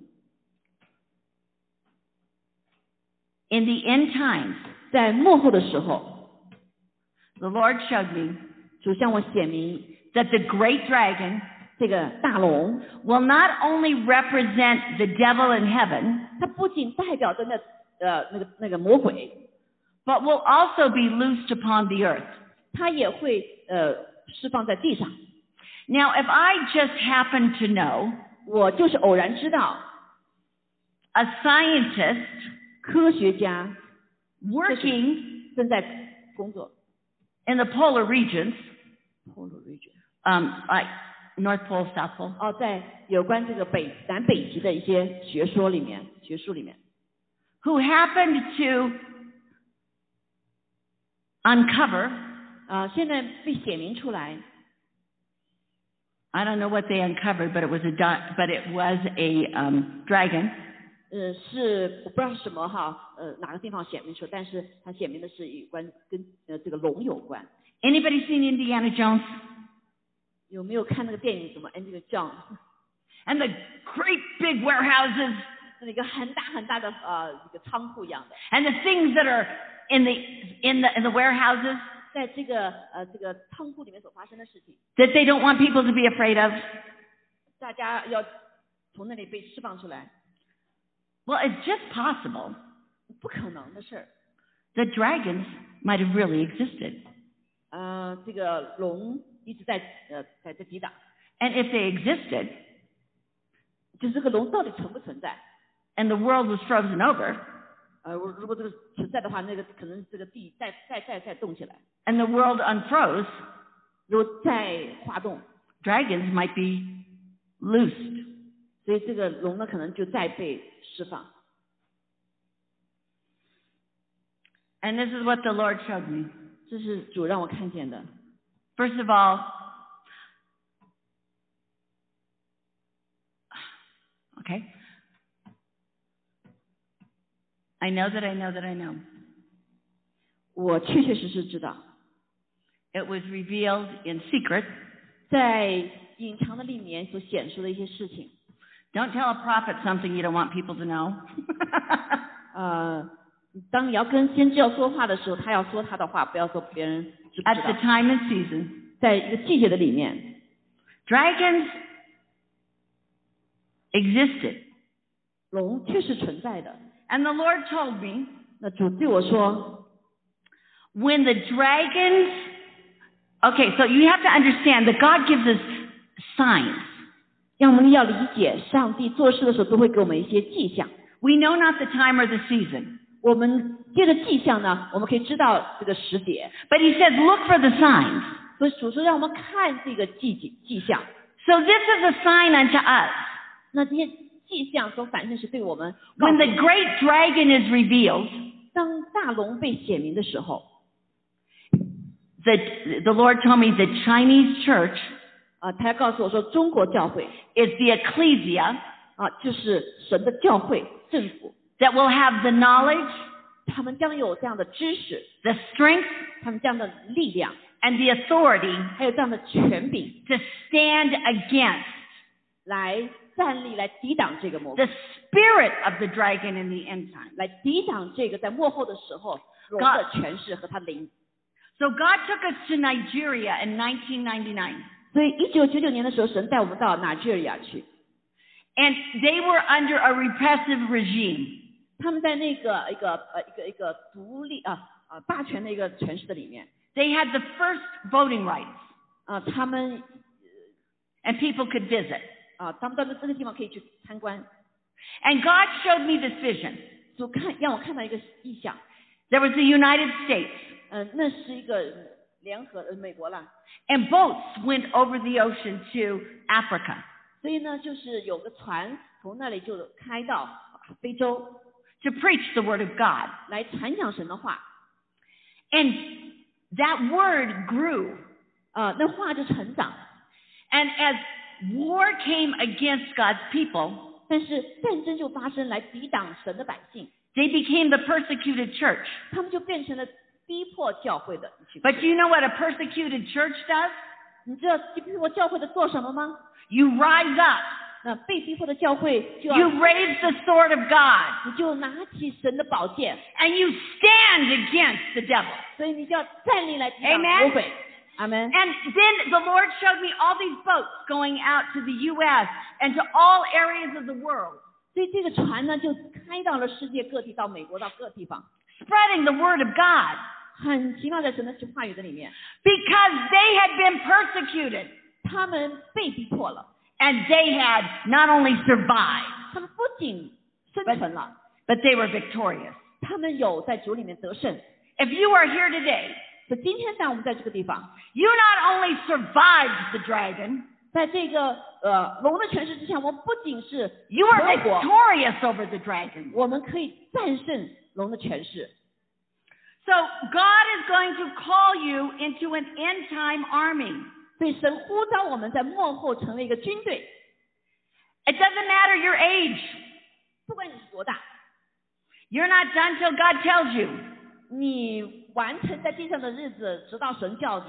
B: In the end times,
A: 在幕后的时候，
B: the Lord showed me
A: 主向我显明
B: that the great dragon
A: 这个大龙，
B: will not only represent the devil in heaven,
A: 它不仅代表着那呃那个那个魔鬼，
B: but will also be loosed upon the earth.
A: 它也会呃释放在地上。
B: Now, if I just happen to know
A: 我就是偶然知道，
B: a scientist
A: 科学家
B: working
A: 正在工作
B: in the polar regions,
A: polar region，
B: um, like North Pole, South Pole,
A: 哦，在有关这个北南北极的一些学说里面，学术里面，
B: who happened to uncover,
A: 啊、现在被写明出来，
B: I don't know what they uncovered, but it was a, di- but it was a um, dragon
A: 呃，是我不知道是什么哈，呃，哪个地方写明说，但是它写明的是有关跟呃这个龙有关。
B: Anybody seen Indiana Jones?
A: 有没有看那个电影？什么？哎，那个 叫
B: And the great big warehouses
A: 那个很大很大的呃一个仓库一样的，
B: and the things that are in the in the in the warehouses
A: 在这个呃这个仓库里面所发生的事情，
B: that they don't want people to be afraid of?
A: 大家要从那里被释放出来，
B: Well, it's just possible
A: 不可能的事儿。
B: that dragons might have really existed.
A: 呃，这个龙一直在呃在这抵挡，
B: And if they existed
A: 就是这个龙到底存不存在？
B: and the world was frozen over
A: 呃，我如果这个存在的话，那个可能这个地再再再再动起来，
B: and the world unfroze,
A: 如果再化动，
B: dragons might be loosed.
A: 所以这个龙呢可能就再被释放。
B: And this is what the Lord showed me.
A: 这是主让我看见的。
B: First of all, okay. I know that I know that I know.
A: 我确确实实知道，
B: It was revealed in secret.
A: 在隐藏的里面所显示的一些事情，
B: Don't tell a prophet something you don't want people to know.
A: 呃，当你要跟先知要说话的时候，他要说他的话，不要说别人知不
B: At
A: 知
B: the
A: 道。
B: time and season,
A: 在一个季节的里面，
B: dragons existed.
A: 龙确实存在的。
B: And the Lord told me
A: 那主对我说，
B: when the dragons okay so you have to understand that god gives us signs
A: 让我们要理解上帝做事的时候都会给我们一些迹象。
B: we know not the time or the season
A: 我们借着迹象呢，我们可以知道这个时节。
B: but he says look for the signs
A: 所以主说让我们看这个迹迹迹象。
B: so this is a sign unto us
A: 那这些迹象所反映是对我们告诉
B: when
A: 我们
B: the great dragon is revealed
A: 当大龙被显明的时候，
B: the, the lord told me the chinese church
A: 啊、他要告诉我说，中国教会
B: is the ecclesia
A: 啊、就是神的教会政府，
B: that will have the knowledge
A: 他们将有这样的知识，
B: the strength
A: 他们这样的力量，
B: and the authority
A: 还有这样的权柄
B: to stand against
A: 来站立来抵挡这个魔鬼
B: the，spirit of the dragon in the end time
A: 来抵挡这个在幕后的时候龙的权势和他的灵。
B: So God took us to Nigeria in 1999,
A: 所以，一九九九年的时候，神带我们到纳吉尔亚去，
B: and they were under a repressive regime.
A: 他们在那个一个呃一个一个独立啊啊霸权的一个权势的里面
B: They had the first voting rights,
A: 啊、他们
B: and people could visit.
A: 啊、他们到这个地方可以去参观。
B: And God showed me this vision.
A: 主看让我看到一个意象，
B: There was the United States,
A: 嗯、那是一个联合呃美国啦，
B: and boats went over the ocean to Africa
A: 所以呢，就是有个船从那里就开到啊非洲
B: to preach the Word of God.
A: 来传讲神的话，
B: And that word grew.
A: 啊，那话就成长，
B: And as war came against God's people,
A: 但是战争就发生来抵挡神的百姓，
B: they became the persecuted church.
A: 他们就变成了逼迫教会的一群。
B: But you know what a persecuted church does?
A: 你知道逼迫教会的做什么吗？
B: You rise up.
A: 那被逼迫的教会就要
B: You raise the sword of God.
A: 你就拿起神的宝剑，
B: And you stand against the devil.
A: 所以你就要站立来抵挡
B: Amen
A: 魔鬼。阿门。
B: And then the Lord showed me all these boats going out to the U.S. and to all areas of the world,
A: 所以这个船呢，就开到了世界各地，到美国到各地方。
B: spreading the word of God
A: 很奇妙，在神的话语的里面，
B: because they had been persecuted.
A: 他们被逼迫了，
B: And they had not only survived,
A: 他们不仅生存了，
B: but they were victorious.
A: 他们有在主里面得胜。
B: If you are here today,
A: 所以今天在我们在这个地方，
B: you not only survived the dragon,
A: 在这个呃龙的权势之下，我们不仅是
B: you are
A: 成果，
B: victorious over the dragon.
A: 我们可以战胜龙的权势。
B: So God is going to call you into an end time army.
A: 所以神呼召我们在幕后成为一个军队，
B: It doesn't matter your age.
A: 不管你是多大，
B: You're not done till God tells you.
A: 你完成在地上的日子，直到神叫你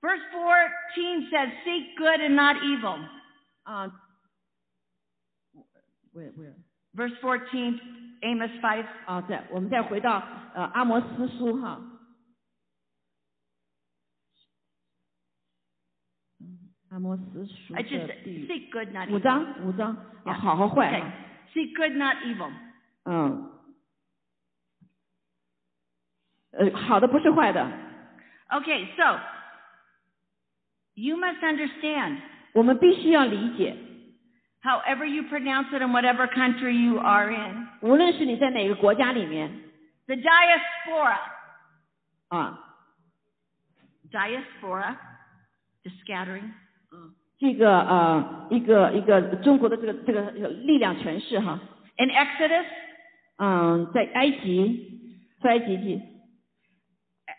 B: Verse 14 says,
A: 啊
B: Seek good and not evil.
A: 啊。我我
B: Verse 14, Amos 5.
A: 啊，再我们再回到呃阿摩斯书哈。嗯阿摩斯书
B: I just
A: 的第
B: seek good, not
A: 五
B: evil.
A: 章，五章，啊，
B: Yeah.
A: 好和坏
B: Okay.
A: 啊，
B: Seek good, not evil.
A: 嗯，呃，好的不是坏的，
B: Okay, so you must understand,
A: 我们必须要理解，
B: however you pronounce it in whatever country you are in,
A: 无论是你在哪个国家里面
B: the diaspora,
A: 啊，
B: diaspora, the scattering,
A: 这个呃一个一个中国的这个这个力量权势哈，
B: in Exodus,
A: 嗯，在埃及，出埃及记，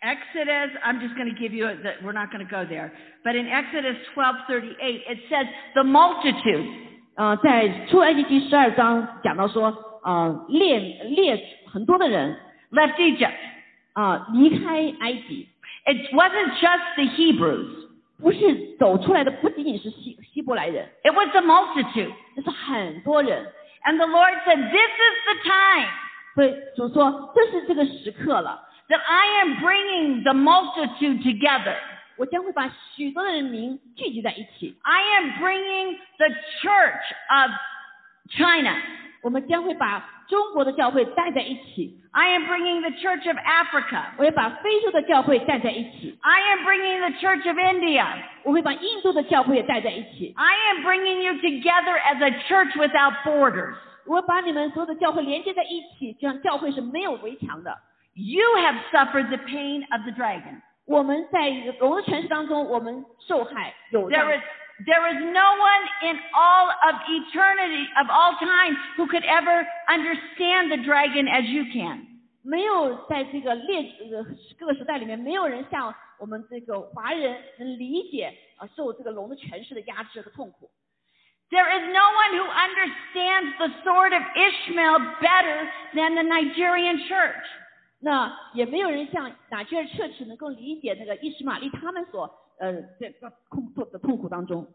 B: Exodus, I'm just going to give you, a, the, we're not going to go there, but in Exodus 12:38, it says the multitude.
A: 呃，在出埃及记十二章讲到说，呃，列列很多的人
B: left Egypt.
A: 啊、离开埃及，
B: It wasn't just the Hebrews.
A: 不是走出来的不仅仅是希希伯来人，
B: It was the multitude.
A: 这是很多人。
B: And the Lord said, this is the time
A: 所以主说，这是这个时刻了，
B: that I am bringing the multitude together.
A: 我将会把许多的人民聚集在一起，
B: I am bringing the church of China.
A: 我们将会把中国的教会带在一起，
B: I am bringing the church of Africa.
A: 我也把非洲的教会带在一起，
B: I am bringing the church of India.
A: 我会把印度的教会也带在一起，
B: I am bringing you together as a church without borders.
A: 我把你们所有的教会连接在一起，这样教会是没有围墙的。
B: You have suffered the pain of the dragon.
A: 我们在龙的城市当中，我们受害有让
B: There is there is no one in all of eternity of all time who could ever understand the dragon as you can.
A: 没有在这个列呃各个时代里面，没有人像我们这个华人能理解呃受这个龙的权势的压制和痛苦。
B: There is no one who understands the sword of Ishmael better than the Nigerian church.
A: 那也没有人像哪吉尔彻齿能够理解那个伊什玛利他们所呃在痛苦的痛苦当中，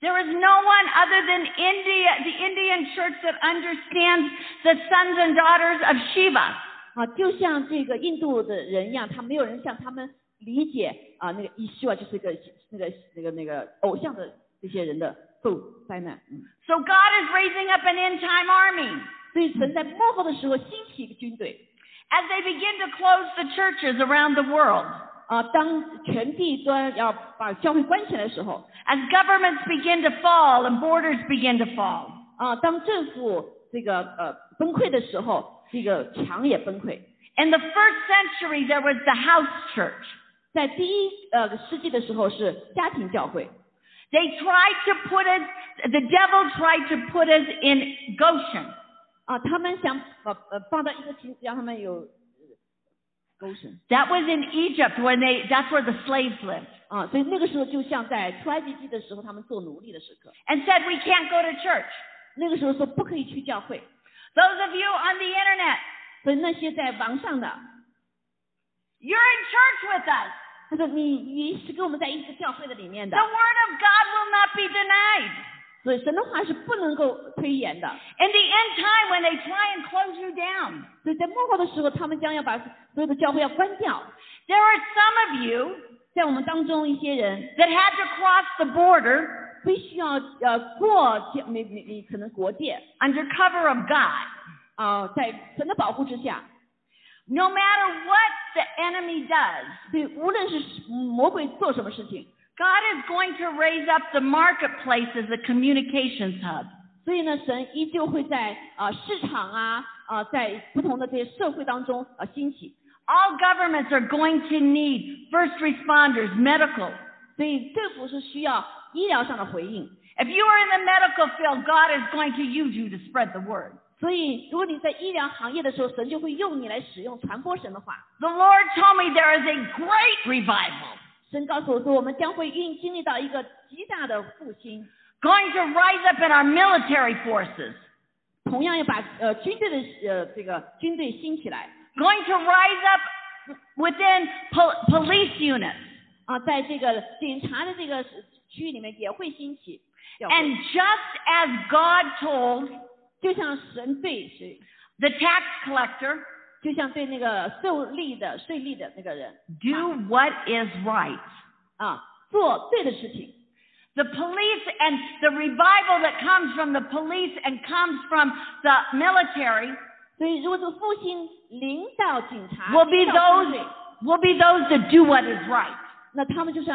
B: There is no one other than India, the Indian church that understands the sons and daughters of Shiva.
A: 啊，就像这个印度的人一样，他没有人像他们理解啊那个伊希瓦就是个那个那个那个偶像的这些人的受灾难。嗯
B: So God is raising up an end time army.
A: 所以神在幕后的时候兴起一个军队
B: As they begin to close the churches around the world,
A: 啊，当全地端要把教会关起来的时候
B: as governments begin to fall and borders begin to fall,
A: 啊，当政府这个呃崩溃的时候，这个墙也崩溃。
B: in the first century there was the house church.
A: 在第一呃世纪的时候是家庭教会
B: They tried to put us, the devil tried to put us in Goshen.
A: 啊，他们想呃呃放到一个群，让他们有勾神
B: That was in Egypt when they, that's where the slaves lived.
A: 啊，所以那个时候就像在出埃及记的时候，他们做奴隶的时刻，
B: And said, we can't go to church.
A: 那个时候说不可以去教会，
B: Those of you on the internet,
A: 所以那些在网上的，
B: you're in church with us.
A: 他说你你是跟我们在一个教会的里面的
B: The，word of God will not be denied.
A: 所以神的话是不能够推演的，
B: In the end time when they try and close you down,
A: 所以在幕后的时候，他们将要把所有的教会要关掉。
B: there are some of you
A: 在我们当中一些人
B: that had to cross the border
A: 必须要呃过界，没没没可能国界
B: under cover of God.
A: 啊、在神的保护之下，
B: No matter what the enemy does,
A: 所以无论是魔鬼做什么事情，
B: God is going to raise up the marketplace as a communications hub.
A: 所以呢，神依旧会在啊、呃市场啊啊、呃在不同的这些社会当中啊兴起，
B: All governments are going to need first responders, medical.
A: 所以政府是需要医疗上的回应。
B: If you are in the medical field, God is going to use you to spread the word.
A: 所以，如果你在医疗行业的时候，神就会用你来使用传播神的话。
B: The Lord told me there is a great revival
A: 神告诉我说，我们将会运经历到一个极大的复兴，
B: going to rise up in our military forces,
A: 同样要把呃军队的呃这个军队兴起来
B: going to rise up within pol- police units
A: 啊、在这个警察的这个区域里面也会兴起。教会
B: And just as God told
A: 就像神对谁，
B: The tax collector,
A: 就像对那个受利的税利的那个人
B: do what is right.
A: 啊，做对的事情。
B: The police and the revival that comes from the police and comes from the military
A: 所以，如果这个复兴领导警察
B: will be
A: 领导军
B: those
A: 队
B: will be those that do what is right.
A: 那他们就是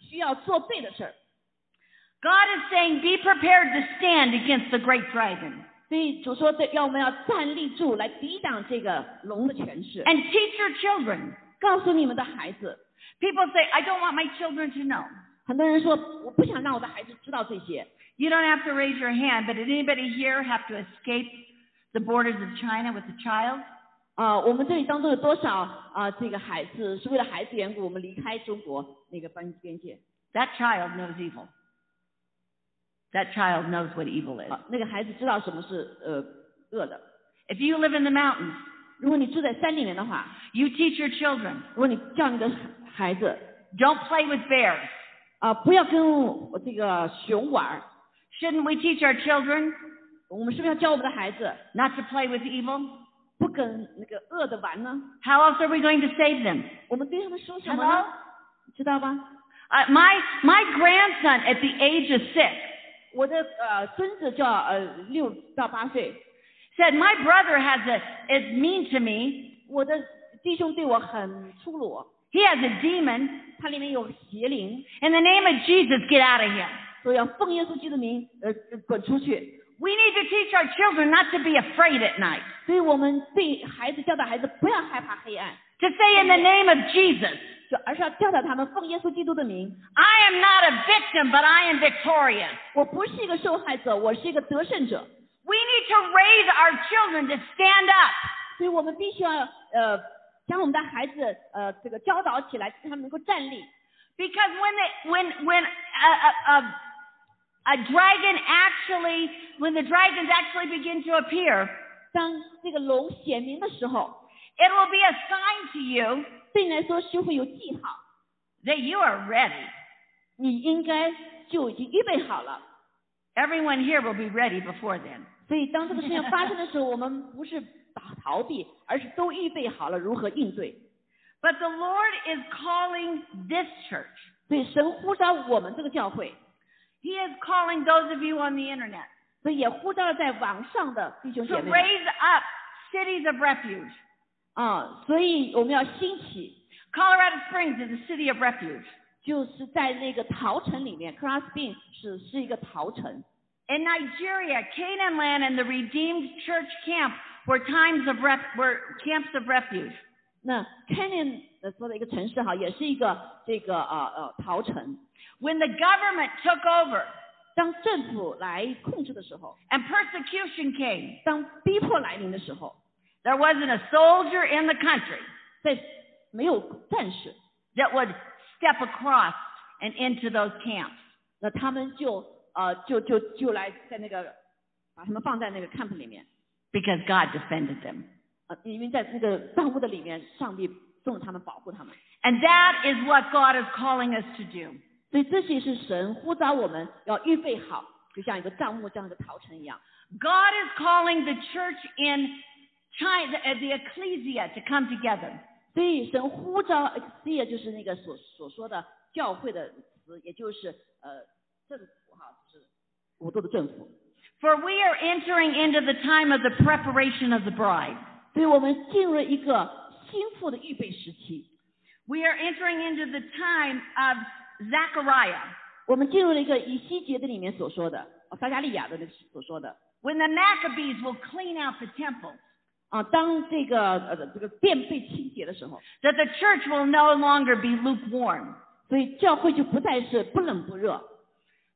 A: 需要做对的事儿。
B: God is saying, be prepared to stand against the great dragon.
A: 所以主说，对，要我们要站立住，来抵挡这个龙的权势。
B: And teach your children.
A: 告诉你们的孩子，
B: People say, I don't want my children to know.
A: 很多人说我不想让我的孩子知道这些。
B: You don't have to raise your hand, but did anybody here have to escape the borders of China with a child?
A: 啊、我们这里当中有多少啊、这个孩子是为了孩子缘故，我们离开中国那个边边界
B: That child knows evil. That child knows what evil is.
A: 啊、那个孩子知道什么是呃恶的。
B: If you live in the mountains,
A: 如果你住在山里面的话，
B: you teach your children
A: 如果你叫你的孩子
B: don't play with bears.
A: 啊、不要跟我这个熊玩儿，
B: Shouldn't we teach our children
A: 我们是不是要教我们的孩子
B: not to play with evil?
A: 不跟那个恶的玩呢？
B: How else are we going to save them?
A: 我们对他们说什么
B: Hello?
A: 呢？你知道吧？
B: Uh, my, my grandson at the age of six
A: 我的呃孙子叫呃六到八岁，
B: said, My brother has a, is mean to me.
A: 我的弟兄对我很粗鲁，
B: He has a demon.
A: 他里面有邪灵，
B: In the name of Jesus, get out of here.
A: 所以要奉耶稣基督的名呃呃滚出去。
B: We need to teach our children not to be afraid at night.
A: 所以我们对孩子教导孩子不要害怕黑暗，
B: To say in the name of Jesus,
A: 就而是要教导他们奉耶稣基督的名。
B: I am not a victim, but I am victorious.
A: 我不是一个受害者，我是一个得胜者。
B: We need to raise our children to stand up.
A: 所以我们必须要呃将我们的孩子呃这个教导起来，让他们能够站立。
B: Because when they, when when a, a, a, a dragon actually when the dragons actually begin to appear,
A: 当这个龙显明的时候，
B: it will be a sign to you
A: 对你来说是会有记号，
B: that you are ready.
A: 你应该就已经预备好了。
B: Everyone here will be ready before then.
A: 所以当这个事情发生的时候，我们不是打逃避，而是都预备好了如何应对。
B: But the Lord is calling this church.
A: 所以神呼召我们这个教会，
B: He is calling those of you on the internet
A: 所以也呼召了在网上的弟兄
B: to
A: 姐妹
B: raise
A: 们
B: up cities of refuge.
A: 啊、所以我们要兴起，
B: Colorado Springs is a city of refuge.
A: 就是在那个陶城里面 c r o s b i n 是是一个陶城。
B: In Nigeria, Canaan Land and the Redeemed Church Camp were times of ref- were camps of refuge.
A: 那 Canyon 呃说的一个城市哈，也是一个这个呃呃陶城。
B: When the government took over
A: 当政府来控制的时候，
B: and persecution came,
A: 当逼迫来临的时候，
B: there wasn't a soldier in the country
A: 在没有战士，
B: that would step across and into those camps.
A: 那他们就呃就就就来在那个把他们放在那个 camp 里面，
B: because God defended them.
A: 呃，因为在那个帐屋的里面，上帝送了他们保护他们，
B: And that is what God is calling us to do.
A: 所以这些是神呼召我们要预备好，就像一个帐幕，像一个陶城一样。
B: God is calling the church in China, uh, the ecclesia, to come together.
A: 所以神呼召 e x c 就是那个所所说的教会的词，也就是呃政府哈，就是国度的政府。
B: For we are entering into the time of the preparation of the bride.
A: 所以我们进入了一个心腹的预备时期，
B: We are entering into the time of Zechariah,
A: 我们进入了一个以西结的里面所说的，哦撒加利亚的那个所说的
B: when the Maccabees will clean out the temple,
A: 啊，当这个呃这个殿被清洁的时候，
B: that the church will no longer be lukewarm.
A: 所以教会就不再是不冷不热，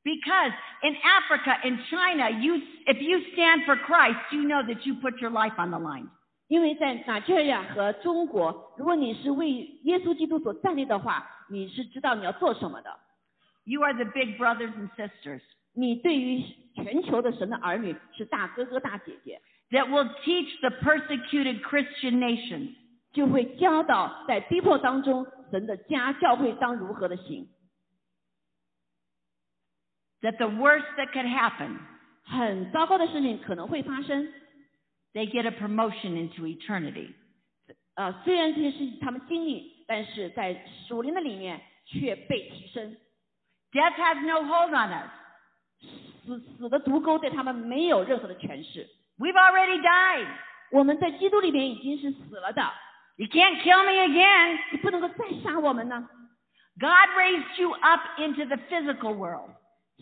B: Because in Africa, in China, you, if you stand for Christ, you know that you put your life on the line.
A: 因为在纳吉尔亚和中国，如果你是为耶稣基督所站立的话，你是知道你要做什么的。
B: You are the big brothers and sisters
A: 你对于全球的神的儿女是大哥哥大姐姐，
B: that will teach the persecuted Christian nations
A: 就会教导在逼迫当中神的家教会当如何的行。
B: that the worst that could happen
A: 很糟糕的事情可能会发生。
B: They get a promotion into eternity.
A: 呃，虽然这些事情他们经历，但是在属灵的里面却被提升。
B: Death has no hold on us.
A: 死死的毒钩对他们没有任何的权势。
B: We've already died.
A: 我们在基督里面已经是死了的，
B: You can't kill me again.
A: 你不能够再杀我们呢。
B: God raised you up into the physical world.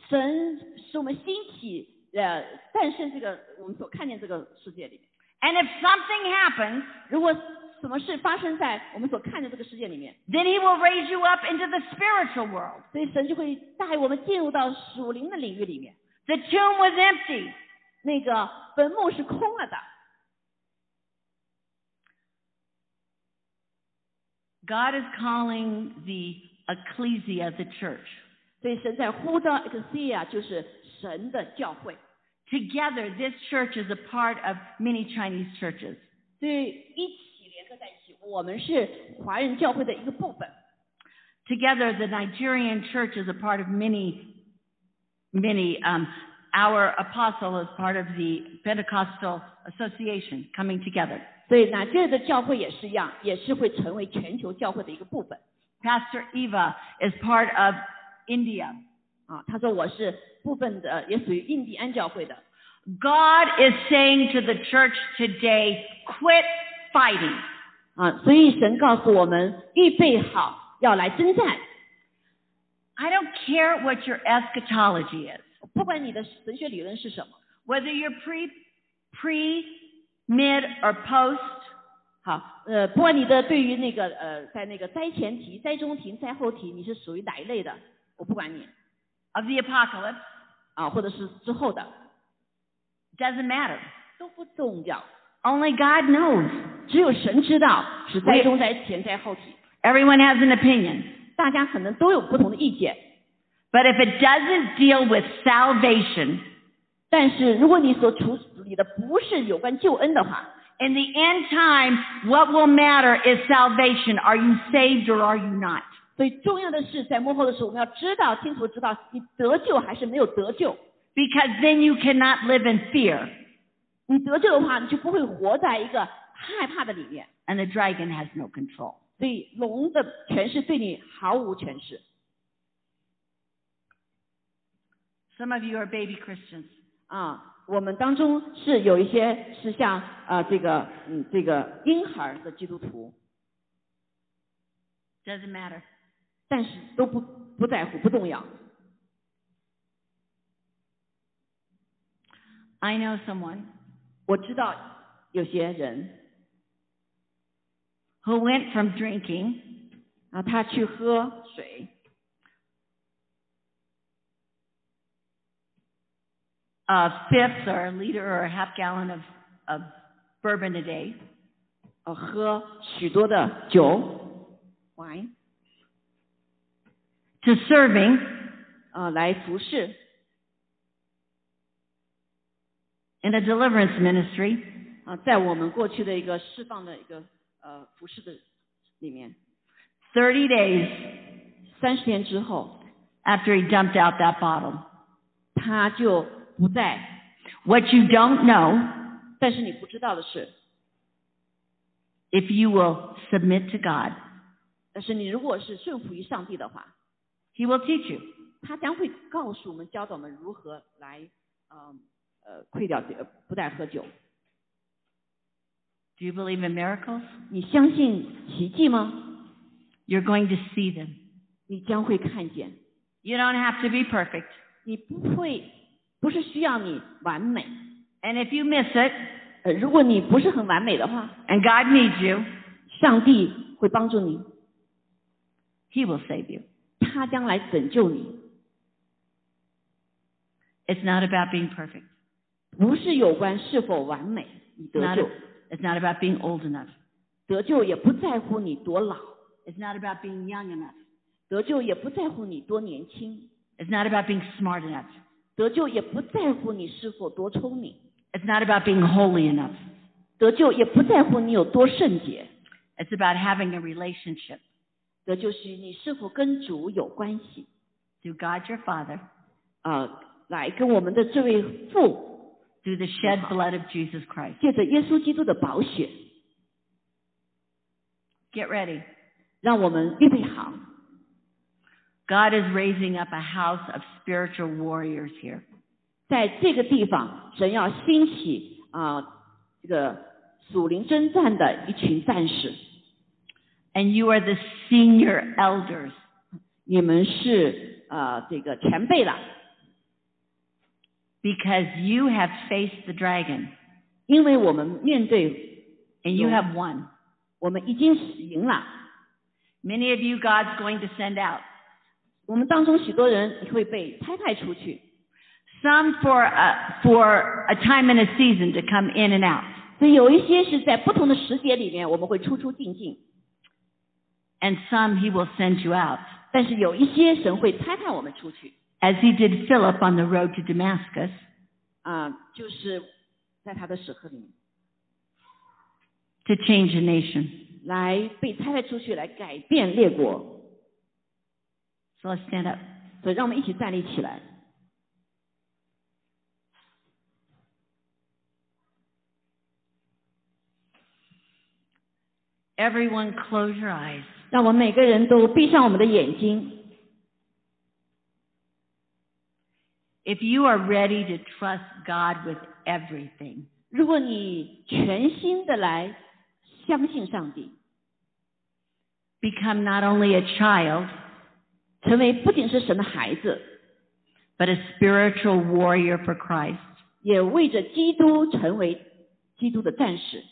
A: 神使我们兴起，呃，诞生这个我们所看见这个世界里面。
B: And if something happens,
A: 如果什么事发生在我们所看见这个世界里面，
B: then he will raise you up into the spiritual world.
A: 所以神就会带我们进入到属灵的领域里面。
B: The tomb was empty.
A: 那个坟墓是空了的，
B: God is calling the ecclesia, the church.
A: 所以神在呼召 ecclesia，就是神的教会。
B: Together, this church is a part of many Chinese churches.
A: 所以一起联合在一起，我们是华人教会的一个部分。
B: Together, the Nigerian church is a part of many, many. Um, our apostle is part of the Pentecostal Association coming together.
A: 所以南这的教会也是一样，也是会成为全球教会的一个部分
B: Pastor Eva is part of India.
A: 啊。他说我是部分的，也属于印第安教会的。
B: God is saying to the church today, quit fighting.
A: 啊，所以神告诉我们，预备好要来征战。
B: I don't care what your eschatology is,
A: 不管你的神学理论是什么，
B: whether you're pre, pre, mid, or post.
A: 好，呃，不管你的对于那个呃，在那个灾前题、灾中题、灾后题，你是属于哪一类的，我不管你
B: of the apocalypse
A: 啊，或者是之后的
B: doesn't matter.
A: 都不重要，
B: Only God knows.
A: 只有神知道是灾中、灾前、灾后题。
B: Everyone has an opinion.
A: 大家可能都有不同的意见，
B: But if it doesn't deal with salvation,
A: 但是如果你所处理的不是有关救恩的话，
B: in the end time, what will matter is salvation. Are you saved or are you not?
A: 所以重要的是在幕后的时候，我们要知道清楚知道你得救还是没有得救。
B: Because then you cannot live in fear.
A: 你得救的话，你就不会活在一个害怕的里面。
B: And the dragon has no control.
A: 所以龙的权势对你毫无权势。
B: Some of you are baby Christians.
A: 啊，我们当中是有一些是像啊、这个嗯这个婴孩儿的基督徒，
B: Doesn't matter.
A: 但是都不不在乎不重要。
B: I know someone
A: 我知道有些人
B: who went from drinking
A: 啊，他去喝水
B: a fifth or a liter or a half gallon of, of bourbon a day
A: 啊，Uh, 喝许多的酒，wine
B: to serving
A: 啊 Uh, 来服侍
B: in a deliverance ministry
A: 啊，Uh, 在我们过去的一个释放的一个呃服侍的里面，
B: 30 days
A: 三十年之后，
B: after he dumped out that bottle.
A: 他就不在。
B: What you don't know,
A: 但是你不知道的是，
B: if you will submit to God,
A: 但是你如果是顺服于上帝的话，
B: he will teach you.
A: 他将会告诉我们、教导我们如何来，嗯呃，亏掉呃不再喝酒。
B: Do you believe in miracles?
A: 你相信奇迹吗？
B: You're going to see them.
A: 你将会看见，
B: You don't have to be perfect.
A: 你不会，不是需要你完美。
B: And if you miss it,
A: 呃，如果你不是很完美的话，
B: and God needs you,
A: 上帝会帮助你，
B: he will save you.
A: 他将来拯救你。
B: It's not about being perfect.
A: 不是有关是否完美，你
B: It's
A: 得
B: not,
A: 救，
B: it's not about being old enough.
A: 得救也不在乎你多老，
B: It's not about being young enough.
A: 得救也不在乎你多年轻，
B: It's not about being smart enough.
A: 得救也不在乎你是否多聪明，
B: It's not about being holy enough.
A: 得救也不在乎你有多圣洁，
B: It's about having a relationship
A: 得救是你是否跟主有关系，
B: through God your Father
A: 啊、来跟我们的这位父，
B: through the shed blood of Jesus Christ.
A: 借着耶稣基督的宝血，
B: Get ready.
A: 让我们预备好。
B: God is raising up a house of spiritual warriors here.
A: 在这个地方，神要兴起啊、这个属灵征战的一群战士。
B: And you are the senior elders.
A: 你们是呃这个前辈了，
B: Because you have faced the dragon
A: 因为我们面对
B: and you
A: Yeah.
B: have won.
A: 我们已经赢了。
B: Many of you God's going to send out.
A: 我们当中许多人会被差派出去，
B: Some for a, for a time and a season to come in and out.
A: 所以有一些是在不同的时节里面，我们会出出进进；
B: And some he will send you out.
A: 但是有一些神会差派我们出去
B: As he did Philip on the road to Damascus,
A: 啊、就是在他的时刻里面
B: to change a nation.
A: 来被差派出去，来改变列国。
B: So let's stand up.
A: 所以，让我们一起站立起来。
B: Everyone close your eyes.
A: 让我们每个人都闭上我们的眼睛。
B: If you are ready to trust God with everything,
A: 如果你全心的来相信上帝，
B: become not only a child,
A: 成为不仅是神的孩子，
B: but a spiritual warrior for Christ.
A: 也为着基督成为基督的战士。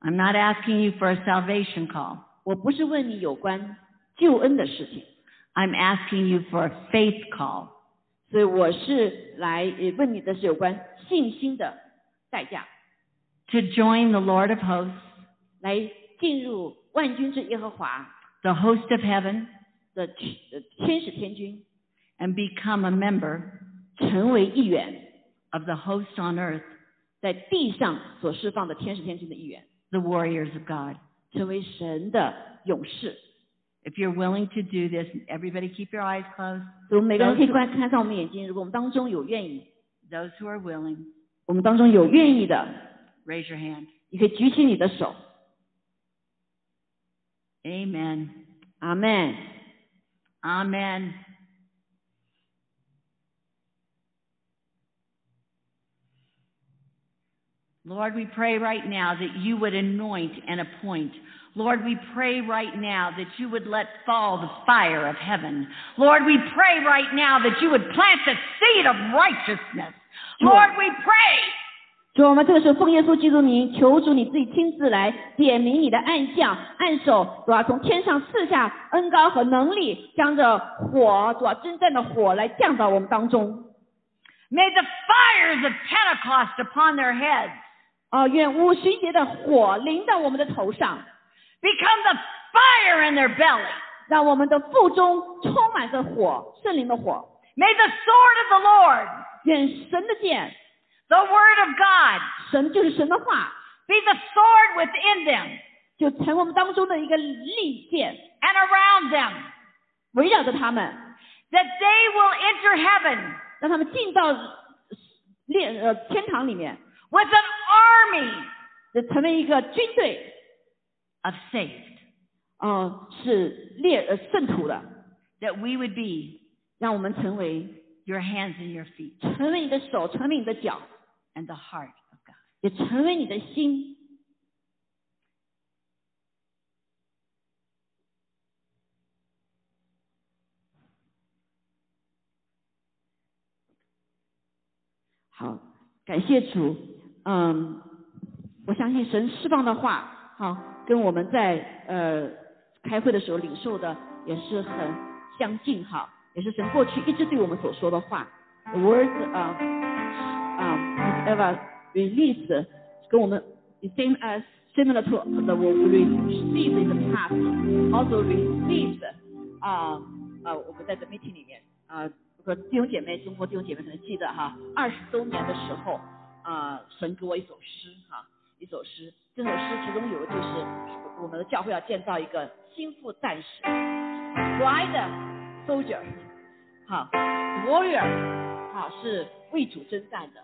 B: I'm not asking you for a salvation call.
A: 我不是问你有关救恩的事情，
B: I'm asking you for a faith call.
A: 所以我是来呃问你的是有关信心的代价，
B: to join the Lord of hosts,
A: 来进入万军之耶和华
B: the host of heaven,
A: 的天呃天使天军，
B: and become a member
A: 成为一员，
B: of the host on earth,
A: 在地上所释放的天使天军的一员，
B: the warriors of God.
A: 成为神的勇士。
B: If you're willing to do this, everybody keep your eyes closed.
A: 所以我们每个人可以观看上我们眼睛，如果我们当中有愿意，
B: Those who are willing,
A: 我们当中有愿意的，
B: raise your hand.
A: 你可以举起你的手。
B: Amen.
A: 阿门。
B: Amen. Lord, we pray right now that you would anoint and appoint. Lord, we pray right now that you would let fall the fire of heaven. Lord, we pray right now that you would plant the seed of righteousness. Lord, we pray
A: 主，啊我们这个时候奉耶稣基督名，求主你自己亲自来点明你的暗象、暗手，主要从天上赐下恩高和能力，将这火，主要啊真正的火来降到我们当中。
B: may the fires of Pentecost upon their heads
A: 啊、愿五旬节的火淋到我们的头上，
B: become the fire in their belly.
A: 让我们的腹中充满着火，圣灵的火。
B: May the sword of the Lord
A: 愿神的剑，
B: The word of God
A: 神就是神的话，
B: be the sword within them
A: 就成我们当中的一个利剑，
B: and around them,
A: 围绕着他们，
B: that they will enter heaven
A: 让他们进到列呃天堂里面，
B: with an army
A: 就成为一个军队，
B: of saved,
A: 呃，是列呃圣徒的，
B: that we would be
A: 让我们成为
B: your hands and your feet
A: 成为你的手，成为你的脚，
B: and the heart of God.
A: 也成为你的心。好，感谢主。嗯，我相信神释放的话，好，跟我们在呃开会的时候领受的也是很相近哈，也是神过去一直对我们所说的话。The words 啊、啊、is ever released，跟我们 is same as similar to the word we received in the past, also received 啊、啊，我们在这 meeting 里面啊。和弟兄姐妹，中国弟兄姐妹可能记得哈，二十周年的时候，啊、神给我一首诗哈、一首诗，这首诗其中有的就是我们的教会要建造一个心腹战士，bride 啊 soldier，好，warrior，好、哈是为主征战的，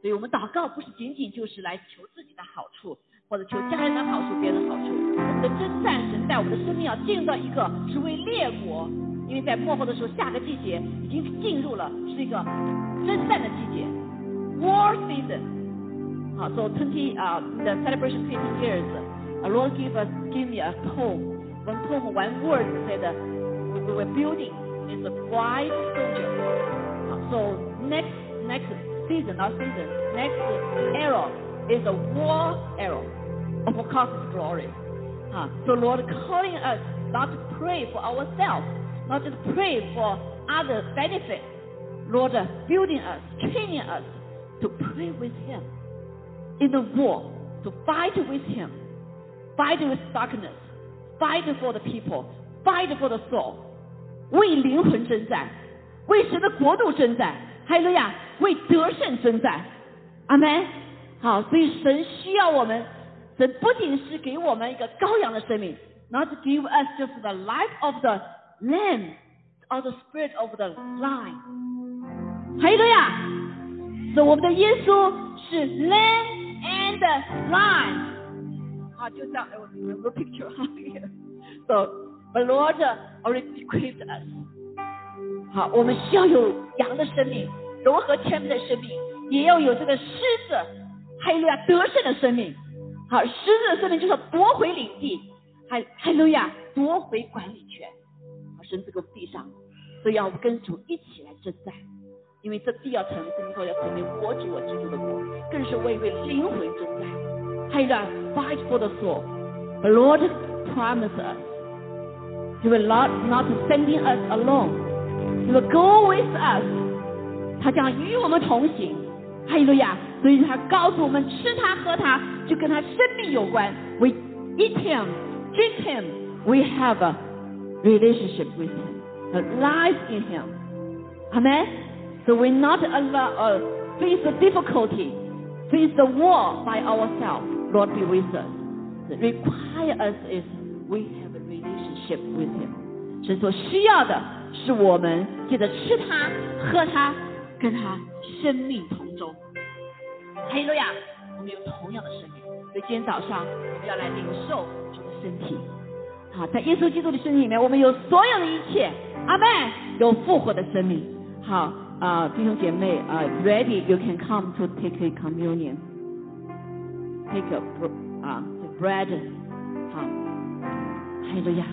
A: 所以我们祷告不是仅仅就是来求自己的好处，或者求家人的好处、别人的好处。我们的征战，神在我们的生命要进入到一个是为列国，因为在末后的时候，下个季节已经进入了是一个征战的季节，War season。好，so Uh, twenty 啊、uh,，the celebration twenty years。Uh, Lord give us give me a poem, one poem, one word said uh, we, we were building is a wise soldier. Uh, so next next season, not season, next era is a war era of God's glory. Uh, so Lord calling us not to pray for ourselves, not just pray for other benefit. Lord uh, building us, training us to pray with Him in the war to fight with him, fight with darkness, fight for the people, fight for the soul，为灵魂征战，为神的国度征战，还有呀，为得胜征战，阿门。好，所以神需要我们，神不仅是给我们一个羔羊的生命，not give us just the life of the lamb or the spirit of the lion，还有个呀，是我们的耶稣。是 land and line. 好，就像哎，我有个 picture 哈，so the Lord already equipped us. 好，我们需要有羊的生命，融合天赋的生命，也要有这个狮子，还有呀得胜的生命。好，狮子的生命就是夺回领地，还还有呀夺回管理权。好，神这个地上，所以要跟主一起来征战。因为这地要成今后要成为我主我基督的国，更是为为灵魂征战。还有 fight for the soul. The Lord promised us. He will not not sending us alone. He will go with us. 他将与我们同行。哈利路亚！所以他告诉我们，吃他喝他，就跟他生命有关。We eat him, drink him. We have a relationship with him, a life in him. Amen. So we not allow uh, face the difficulty, face the war by ourselves. Lord be with us. The require us is we have a relationship with Him. 神所需要的是我们记得吃它、喝它，跟它生命同舟。哈利路亚！我们有同样的生命，所以今天早上我们要来领受主的身体。好，在耶稣基督的身体里面，我们有所有的一切。阿门！有复活的生命。好。啊，弟兄姐妹啊，ready you can come to take a communion, take a 啊 bread，好，哈利路亚，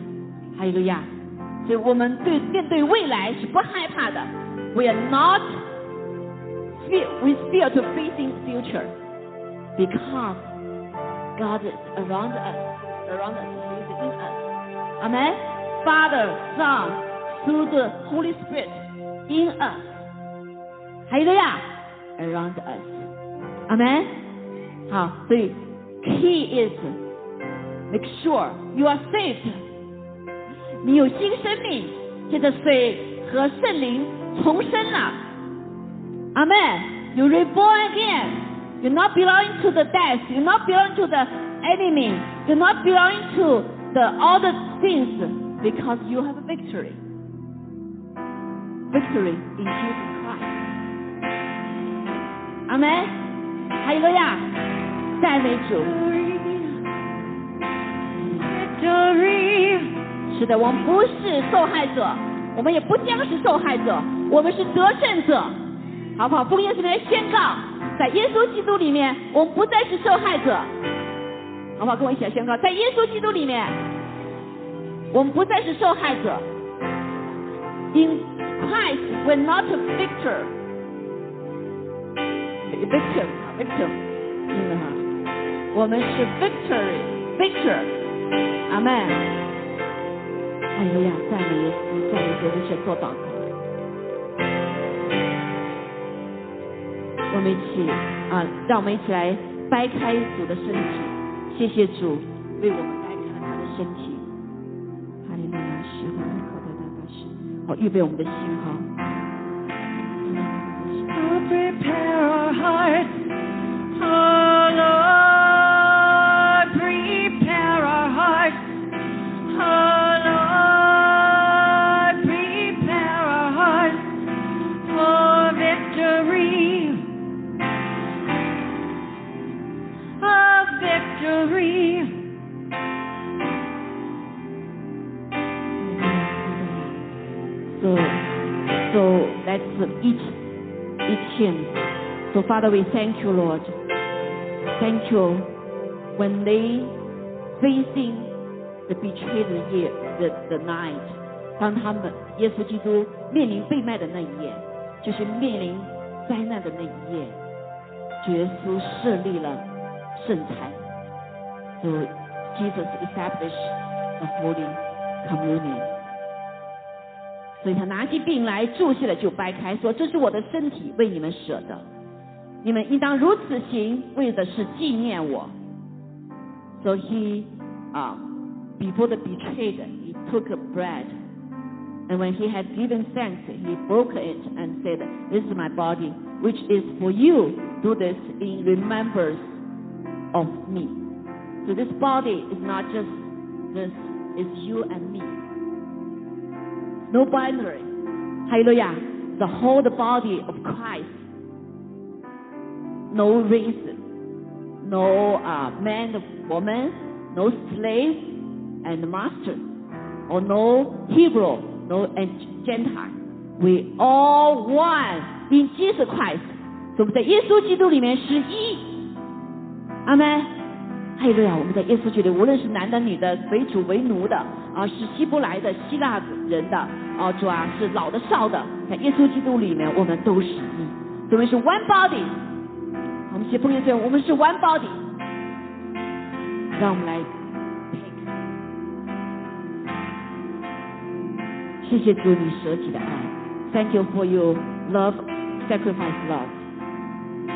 A: 哈利路亚。所以我们对面对未来是不害怕的，we are not fear we fear to facing future because God is around us, around us, He is in us. Amen. Father, Son, through the Holy Spirit in us. 还有的呀，around us，阿门。好，所以 key is make sure you are saved，你有新生命，借着水和圣灵重生了，阿门。You reborn again. You not belong to the death. You not belong to the enemy. You not belong to the all the things because you have victory. Victory in Jesus Christ. 阿门，还有个呀，赞美主。是的，我们不是受害者，我们也不将是受害者，我们是得胜者，好不好？奉耶稣名宣告，在耶稣基督里面，我们不再是受害者，好不好？跟我一起来宣告，在耶稣基督里面，我们不再是受害者。In Christ, we're not a victor. victim victim，听着哈，我们是 victory victor，阿门。哎呀，赞美耶稣，赞美主，一起做祷告。我们一起啊，让我们一起来掰开主的身体，谢谢主为我们掰开了他的身体。哈利路亚，是的，好，预备我们的心哈。
C: I'll prepare our hearts. Oh Lord, prepare our hearts. Oh Lord, prepare our hearts for victory.
A: each, each hymn. So Father, we thank you, Lord. Thank you. When they facing the betrayed 的夜，the the night，当他们耶稣基督面临被卖的那一夜，就是面临灾难的那一夜，主耶稣设立了圣餐。So Jesus established the holy communion. 所以他拿起饼来，注谢了就掰开，说：“这是我的身体，为你们舍的。你们应当如此行，为的是纪念我。” So he, um, before the betrayed, he took a bread, and when he had given thanks, he broke it and said, "This is my body, which is for you. Do this in remembrance of me." So this body is not just this; it's you and me. No boundary. Hallelujah. The whole body of Christ. No race, no uh, man, woman, no slave and master, or no Hebrew, no and Gentile. We all one in Jesus Christ. 所以我们在耶稣基督里面是一。阿门。哈利路亚！我们在耶稣基督里，无论是男的、女的，为主为奴的，啊，是希伯来的、希腊人的，啊，主啊，是老的、少的，在耶稣基督里面，我们都是一，所以是 one body。我们写奉献我们是 one body。让我们来 take 谢谢主你舍己的爱，Thank you for your love, sacrifice, love。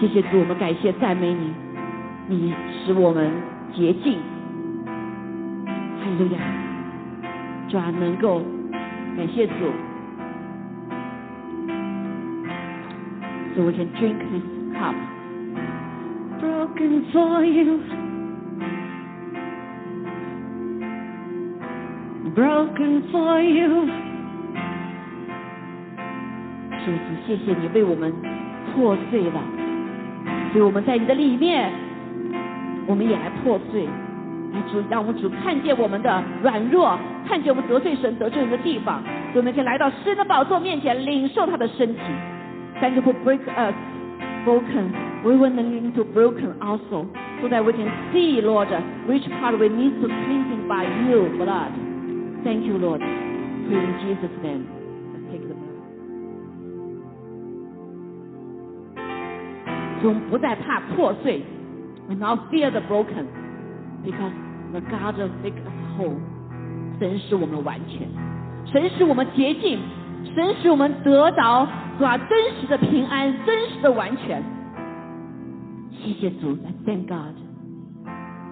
A: 谢谢主，我们感谢赞美你，你使我们洁净。哈利路亚，主啊，能够感谢主。So we can drink this cup.
B: broken for you. Broken for you.
A: 主子，谢谢你为我们破碎了，所以我们在你的里面，我们也来破碎。哎，主，让我们主看见我们的软弱，看见我们得罪神、得罪人的地方，所以我们可以来到神的宝座面前，领受他的身体。Thank you for break us broken. We want to broken also, so that we can see, Lord, which part we need to cleansing by you blood. Thank you, Lord. Pray in Jesus' name. Let's take the blood. 所以我们不再怕破碎，we not fear the broken, because the God make us whole. 神使我们完全，神使我们洁净，神使我们得着主啊真实的平安，真实的完全。谢谢主，I thank God。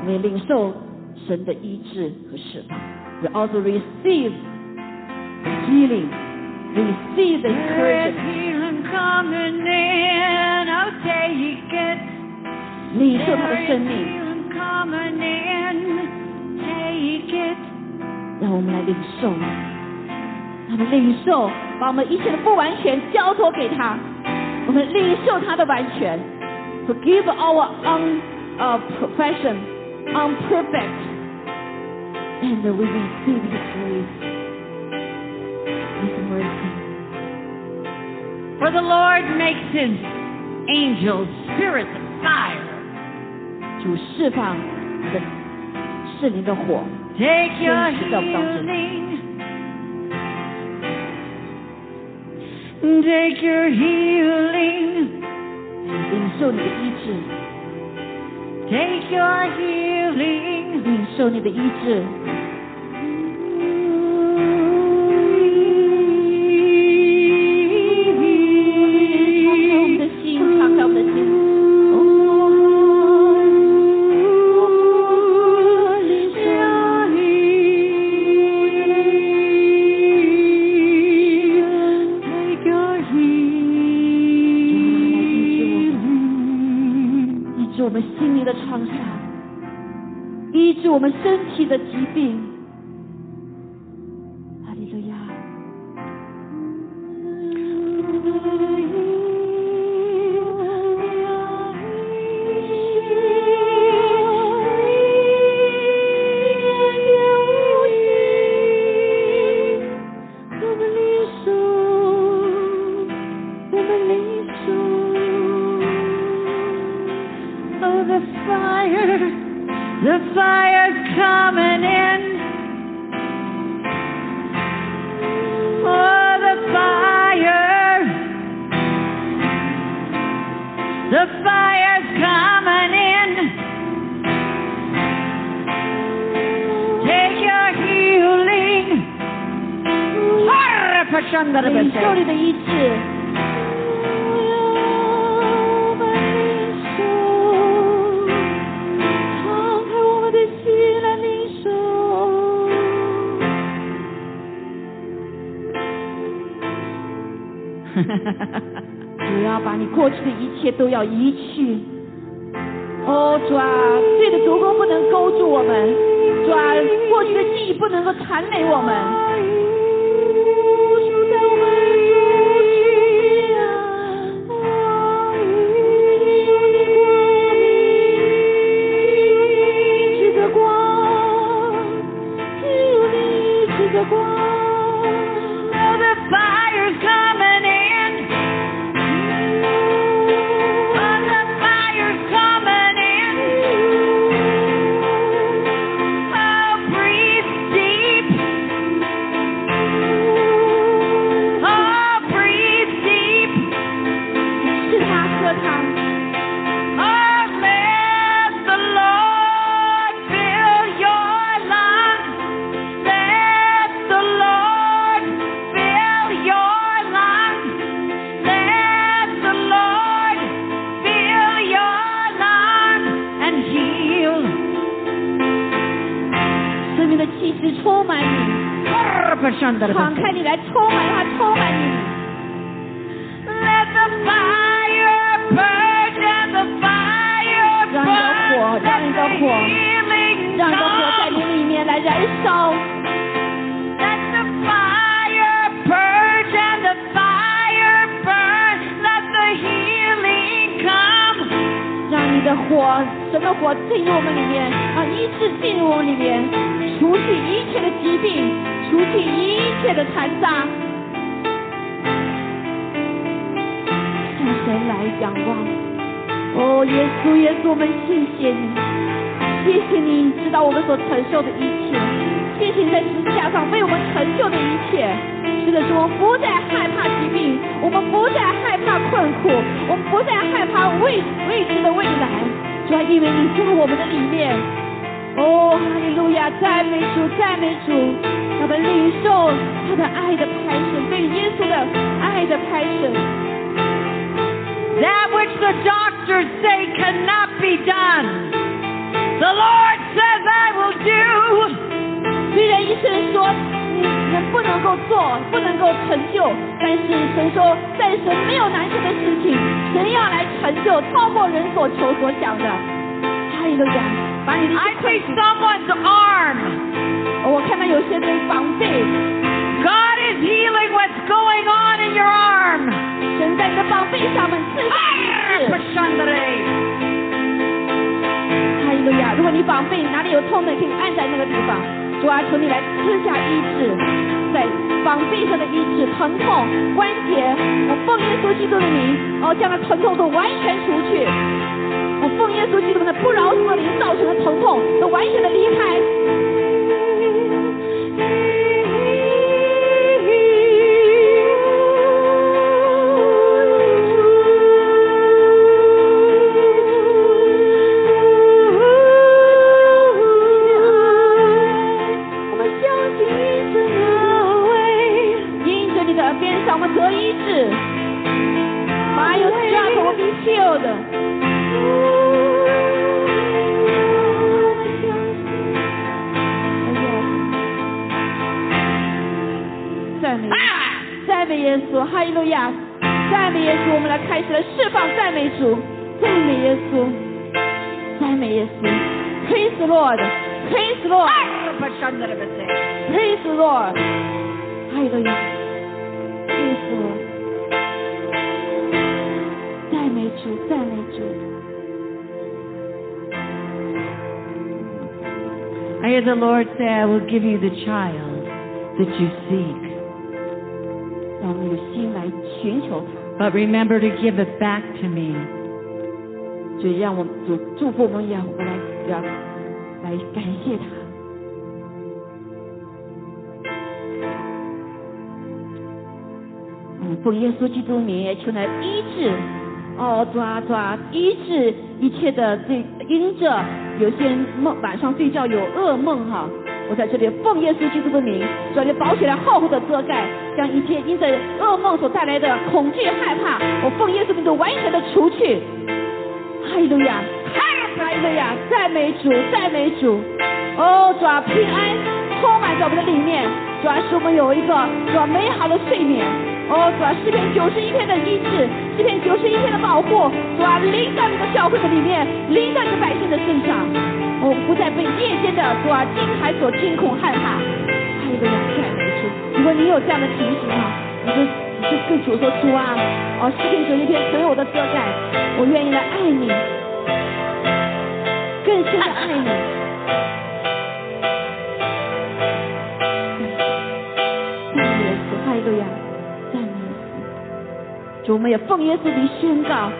A: 我们领受神的医治和释放，we also receive healing, receive the
B: There is
A: encouragement.
B: healing coming in. I'll take it.
A: 领受他
B: There
A: 的
B: is
A: 生命，
B: healing coming in. Take it.
A: 让我们来领受，让我们领受，把我们一切的不完全交托给他，我们领受他的完全，forgive our un uh profession unperfect and we receive his grace his mercy
D: For the Lord makes his angels spirits of fire.
A: 主释放你的圣灵的火，
B: Take your
A: Yes, it's up, Doctor.
B: healing. Take your healing.
A: 领受你的医治，
B: Take your healing.
A: 领受你的医治，敞开我们的心，敞开我们的心。
B: Take your healing.
A: 医治我们心灵的创伤，医治我们身体的疾病。哈利路亚！
B: Take
A: Oh, 领受
B: Ashandarabase.
A: 你的医治。我们领受，敞开我们的心来领受。主要把你过去的一切都要移去。哦，主啊，罪的毒钩不能勾住我们，主啊，过去的记忆不能够缠累我们。
B: Oh, the fire's coming in. Oh, the fire's coming in. Oh, breathe deep. Oh, breathe deep. Oh, let the Lord fill your lungs. Let the Lord fill your lungs. Let the Lord fill your lungs and heal.
A: 生命的气质充满你，敞开你来充满它，充满你。
B: Let the fire burn and the fire burn. Let the healing
A: 让你的火在
B: come.
A: 你里面来燃烧，
B: Let the fire purge and the fire burn. Let the healing come.
A: 让你的火，神的火进入我们里面，让医治进入我们里面，除去一切的疾病，除去一切的残渣。向神来仰望，哦，耶稣，耶稣，我们谢谢你，谢谢你知道我们所承受的一切，谢谢你在十字架上为我们成就的一切。是的，主，我们不再害怕疾病，我们不再害怕困苦，我们不再害怕未未知的未来。主要因为你在我们的里面。哦，哈利路亚，赞美主，赞美主，我们领受他的爱的拍摄，对耶稣的爱的拍摄。
B: That which the doctors say cannot be done, the Lord says, I will do.
A: 虽然医生说你能不能够做，不能够成就，但是神说，但神没有难成的事情，神要来成就超过人所求所想的。哈利路亚！把你的
B: I
A: 一切
B: see
A: 困苦
B: someone's arm.
A: 我看到有些人防备，
B: God is healing what's going on in your arm.
A: 神在你的防备上面赐下医治。
B: Arapashandere.
A: 哈利路亚！如果你防备哪里有痛的，可以按在那个地方。主啊，求你来赐下医治，在防备上的医治、疼痛、关节，我奉耶稣基督的名，哦，将那疼痛都完全除去。我奉耶稣基督的不饶恕的灵造成的疼痛都完全的离开。我们相信医治的位，因着你的耳边上，我们得医治。马有 strength will be healed。赞美，赞美耶稣，哈利路亚！赞美耶稣，我们来开始了释放赞美主，赞美耶稣，赞美耶稣，Praise the Lord，Praise the Lord。
B: Arapashandere.
A: Praise the Lord. Hallelujah. Praise the Lord. 赞美主，赞美主。
E: I hear the Lord say, I will give you the child that you seek,
A: 让我们的心来寻求他，
E: but remember to give it back to me.
A: 就让我们主祝福我们，也我们来要来感谢他。嗯，奉耶稣基督名，也求来医治。哦，主啊，主啊，医治一切的这因着有些人梦晚上睡觉有噩梦哈、我在这里奉耶稣基督的名，主啊，你保起来厚厚的遮盖，将一切因着噩梦所带来的恐惧害怕，我奉耶稣基督完全的除去。哈利路亚，哈利路亚，赞美主，赞美主。哦，主啊，平安充满在我们的里面，主啊，使我们有一个主啊美好的睡眠。哦，主啊，诗篇九十一篇的医治，诗篇九十一篇的保护，主啊，临到你的教会的里面，临到你的百姓的身上。我们不再被夜间的主啊惊骇所惊恐害怕。哈利路亚，赞美主。如果你有这样的情形啊，你就你就跟主说主啊，哦，诗篇九十一篇所有的遮盖，我愿意来爱你，更深的爱你。赞美耶稣，哈利路亚，赞美耶稣。主，我们也奉耶稣名宣告，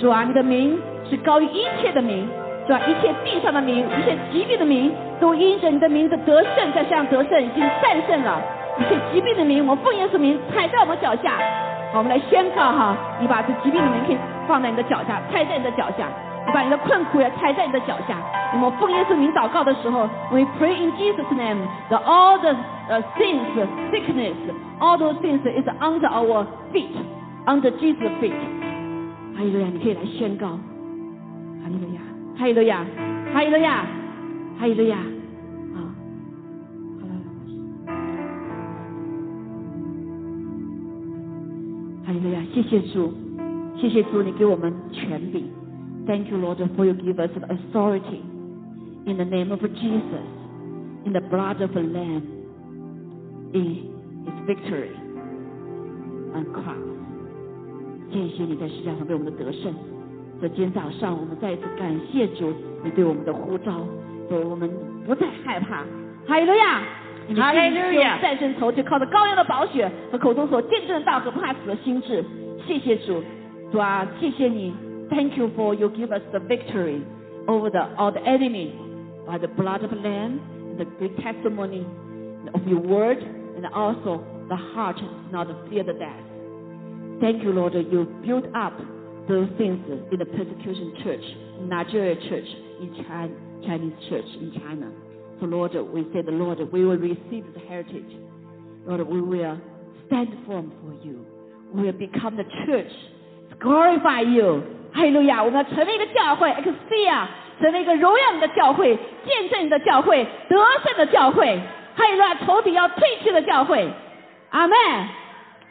A: 主啊，你的名是高于一切的名，主啊，一切地上的名，一切疾病的名，都因着你的名字得胜，在世上得胜，已经战胜了一切疾病的名。我们奉耶稣名踩在我们脚下，好，我们来宣告哈，你把这疾病的名可以放在你的脚下，踩在你的脚下。你把你的困苦也踩在你的脚下。我们奉耶稣名祷告的时候，We pray in Jesus' name that all the uh, sins, sickness, all those things is under our feet, under Jesus' feet。哈利路亚，你可以来宣告。哈利路亚，哈利路亚，哈利路亚，哈利路啊亚。啊，好了，哈利路亚，谢谢主，谢谢主，你给我们权柄。Thank you, Lord, for you give us authority in the name of Jesus, in the blood of the Lamb, in His victory on cross. 谢谢你在世界上为我们的得胜。所以今天早上，我们再一次感谢主，你对我们的呼召，所以我们不再害怕。哈利路亚！你们信心是用战胜仇敌，靠着羔羊的宝血和口中所见证的道和不怕死的心智。谢谢主，主啊，谢谢你，Thank you for you give us the victory over the all the enemy by the blood of the Lamb and the great testimony of your word and also the heart is not fear the death. Thank you, Lord, that you build up those things in the persecution church, Nigeria church, in China, Chinese church in China. So, Lord, we say, the Lord, we will receive the heritage. Lord, we will stand firm for you. We will become the church, glorify you. 哈利路亚！我们要成为一个教会 e x c e l 成为一个荣耀你的教会，见证你的教会，得胜的教会。哈利路亚！仇敌要退去的教会。阿门。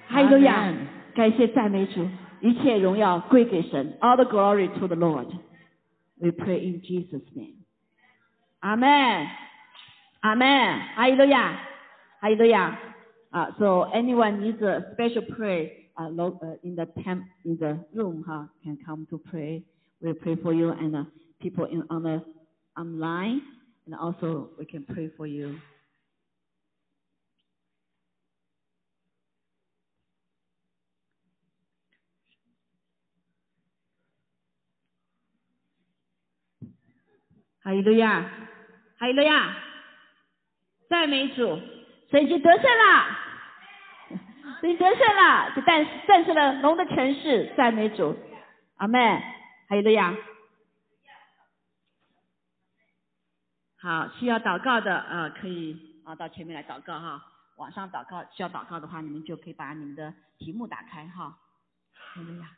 A: 哈利路亚！感谢赞美主，一切荣耀归给神。All the glory to the Lord. We pray in Jesus' name. 阿门，阿门，哈利路亚，哈利路亚。啊，So Uh, anyone needs a special prayer, uh, lo- uh, in the temp in the room, huh, can come to pray. We pray for you and uh, people in on the online, and also we can pray for you. Hallelujah. Hallelujah. 赞美主，神已经得胜了，神已经得胜了，就战战胜了龙的城市，赞美主，阿门，哈利路亚。好，需要祷告的呃，可以啊到前面来祷告哈。网上祷告需要祷告的话，你们就可以把你们的题目打开哈。哈利路亚。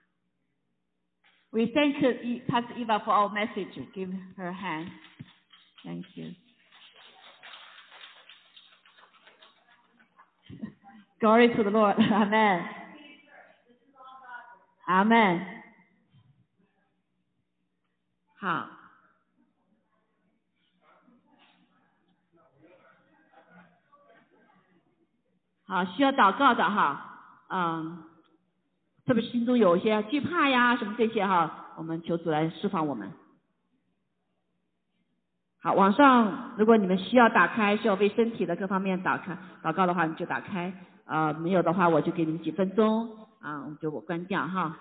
A: We thank E- Pastor Eva for our message. Give her a hand. Thank you. Glory to the Lord. Amen. Amen. 好。好，需要祷告的哈，嗯，特别是心中有一些惧怕呀，什么这些哈，我们求主来释放我们。好，网上如果你们需要打开，需要为身体的各方面打开祷告的话，你就打开。啊、没有的话，我就给你们几分钟啊、我们就我关掉哈。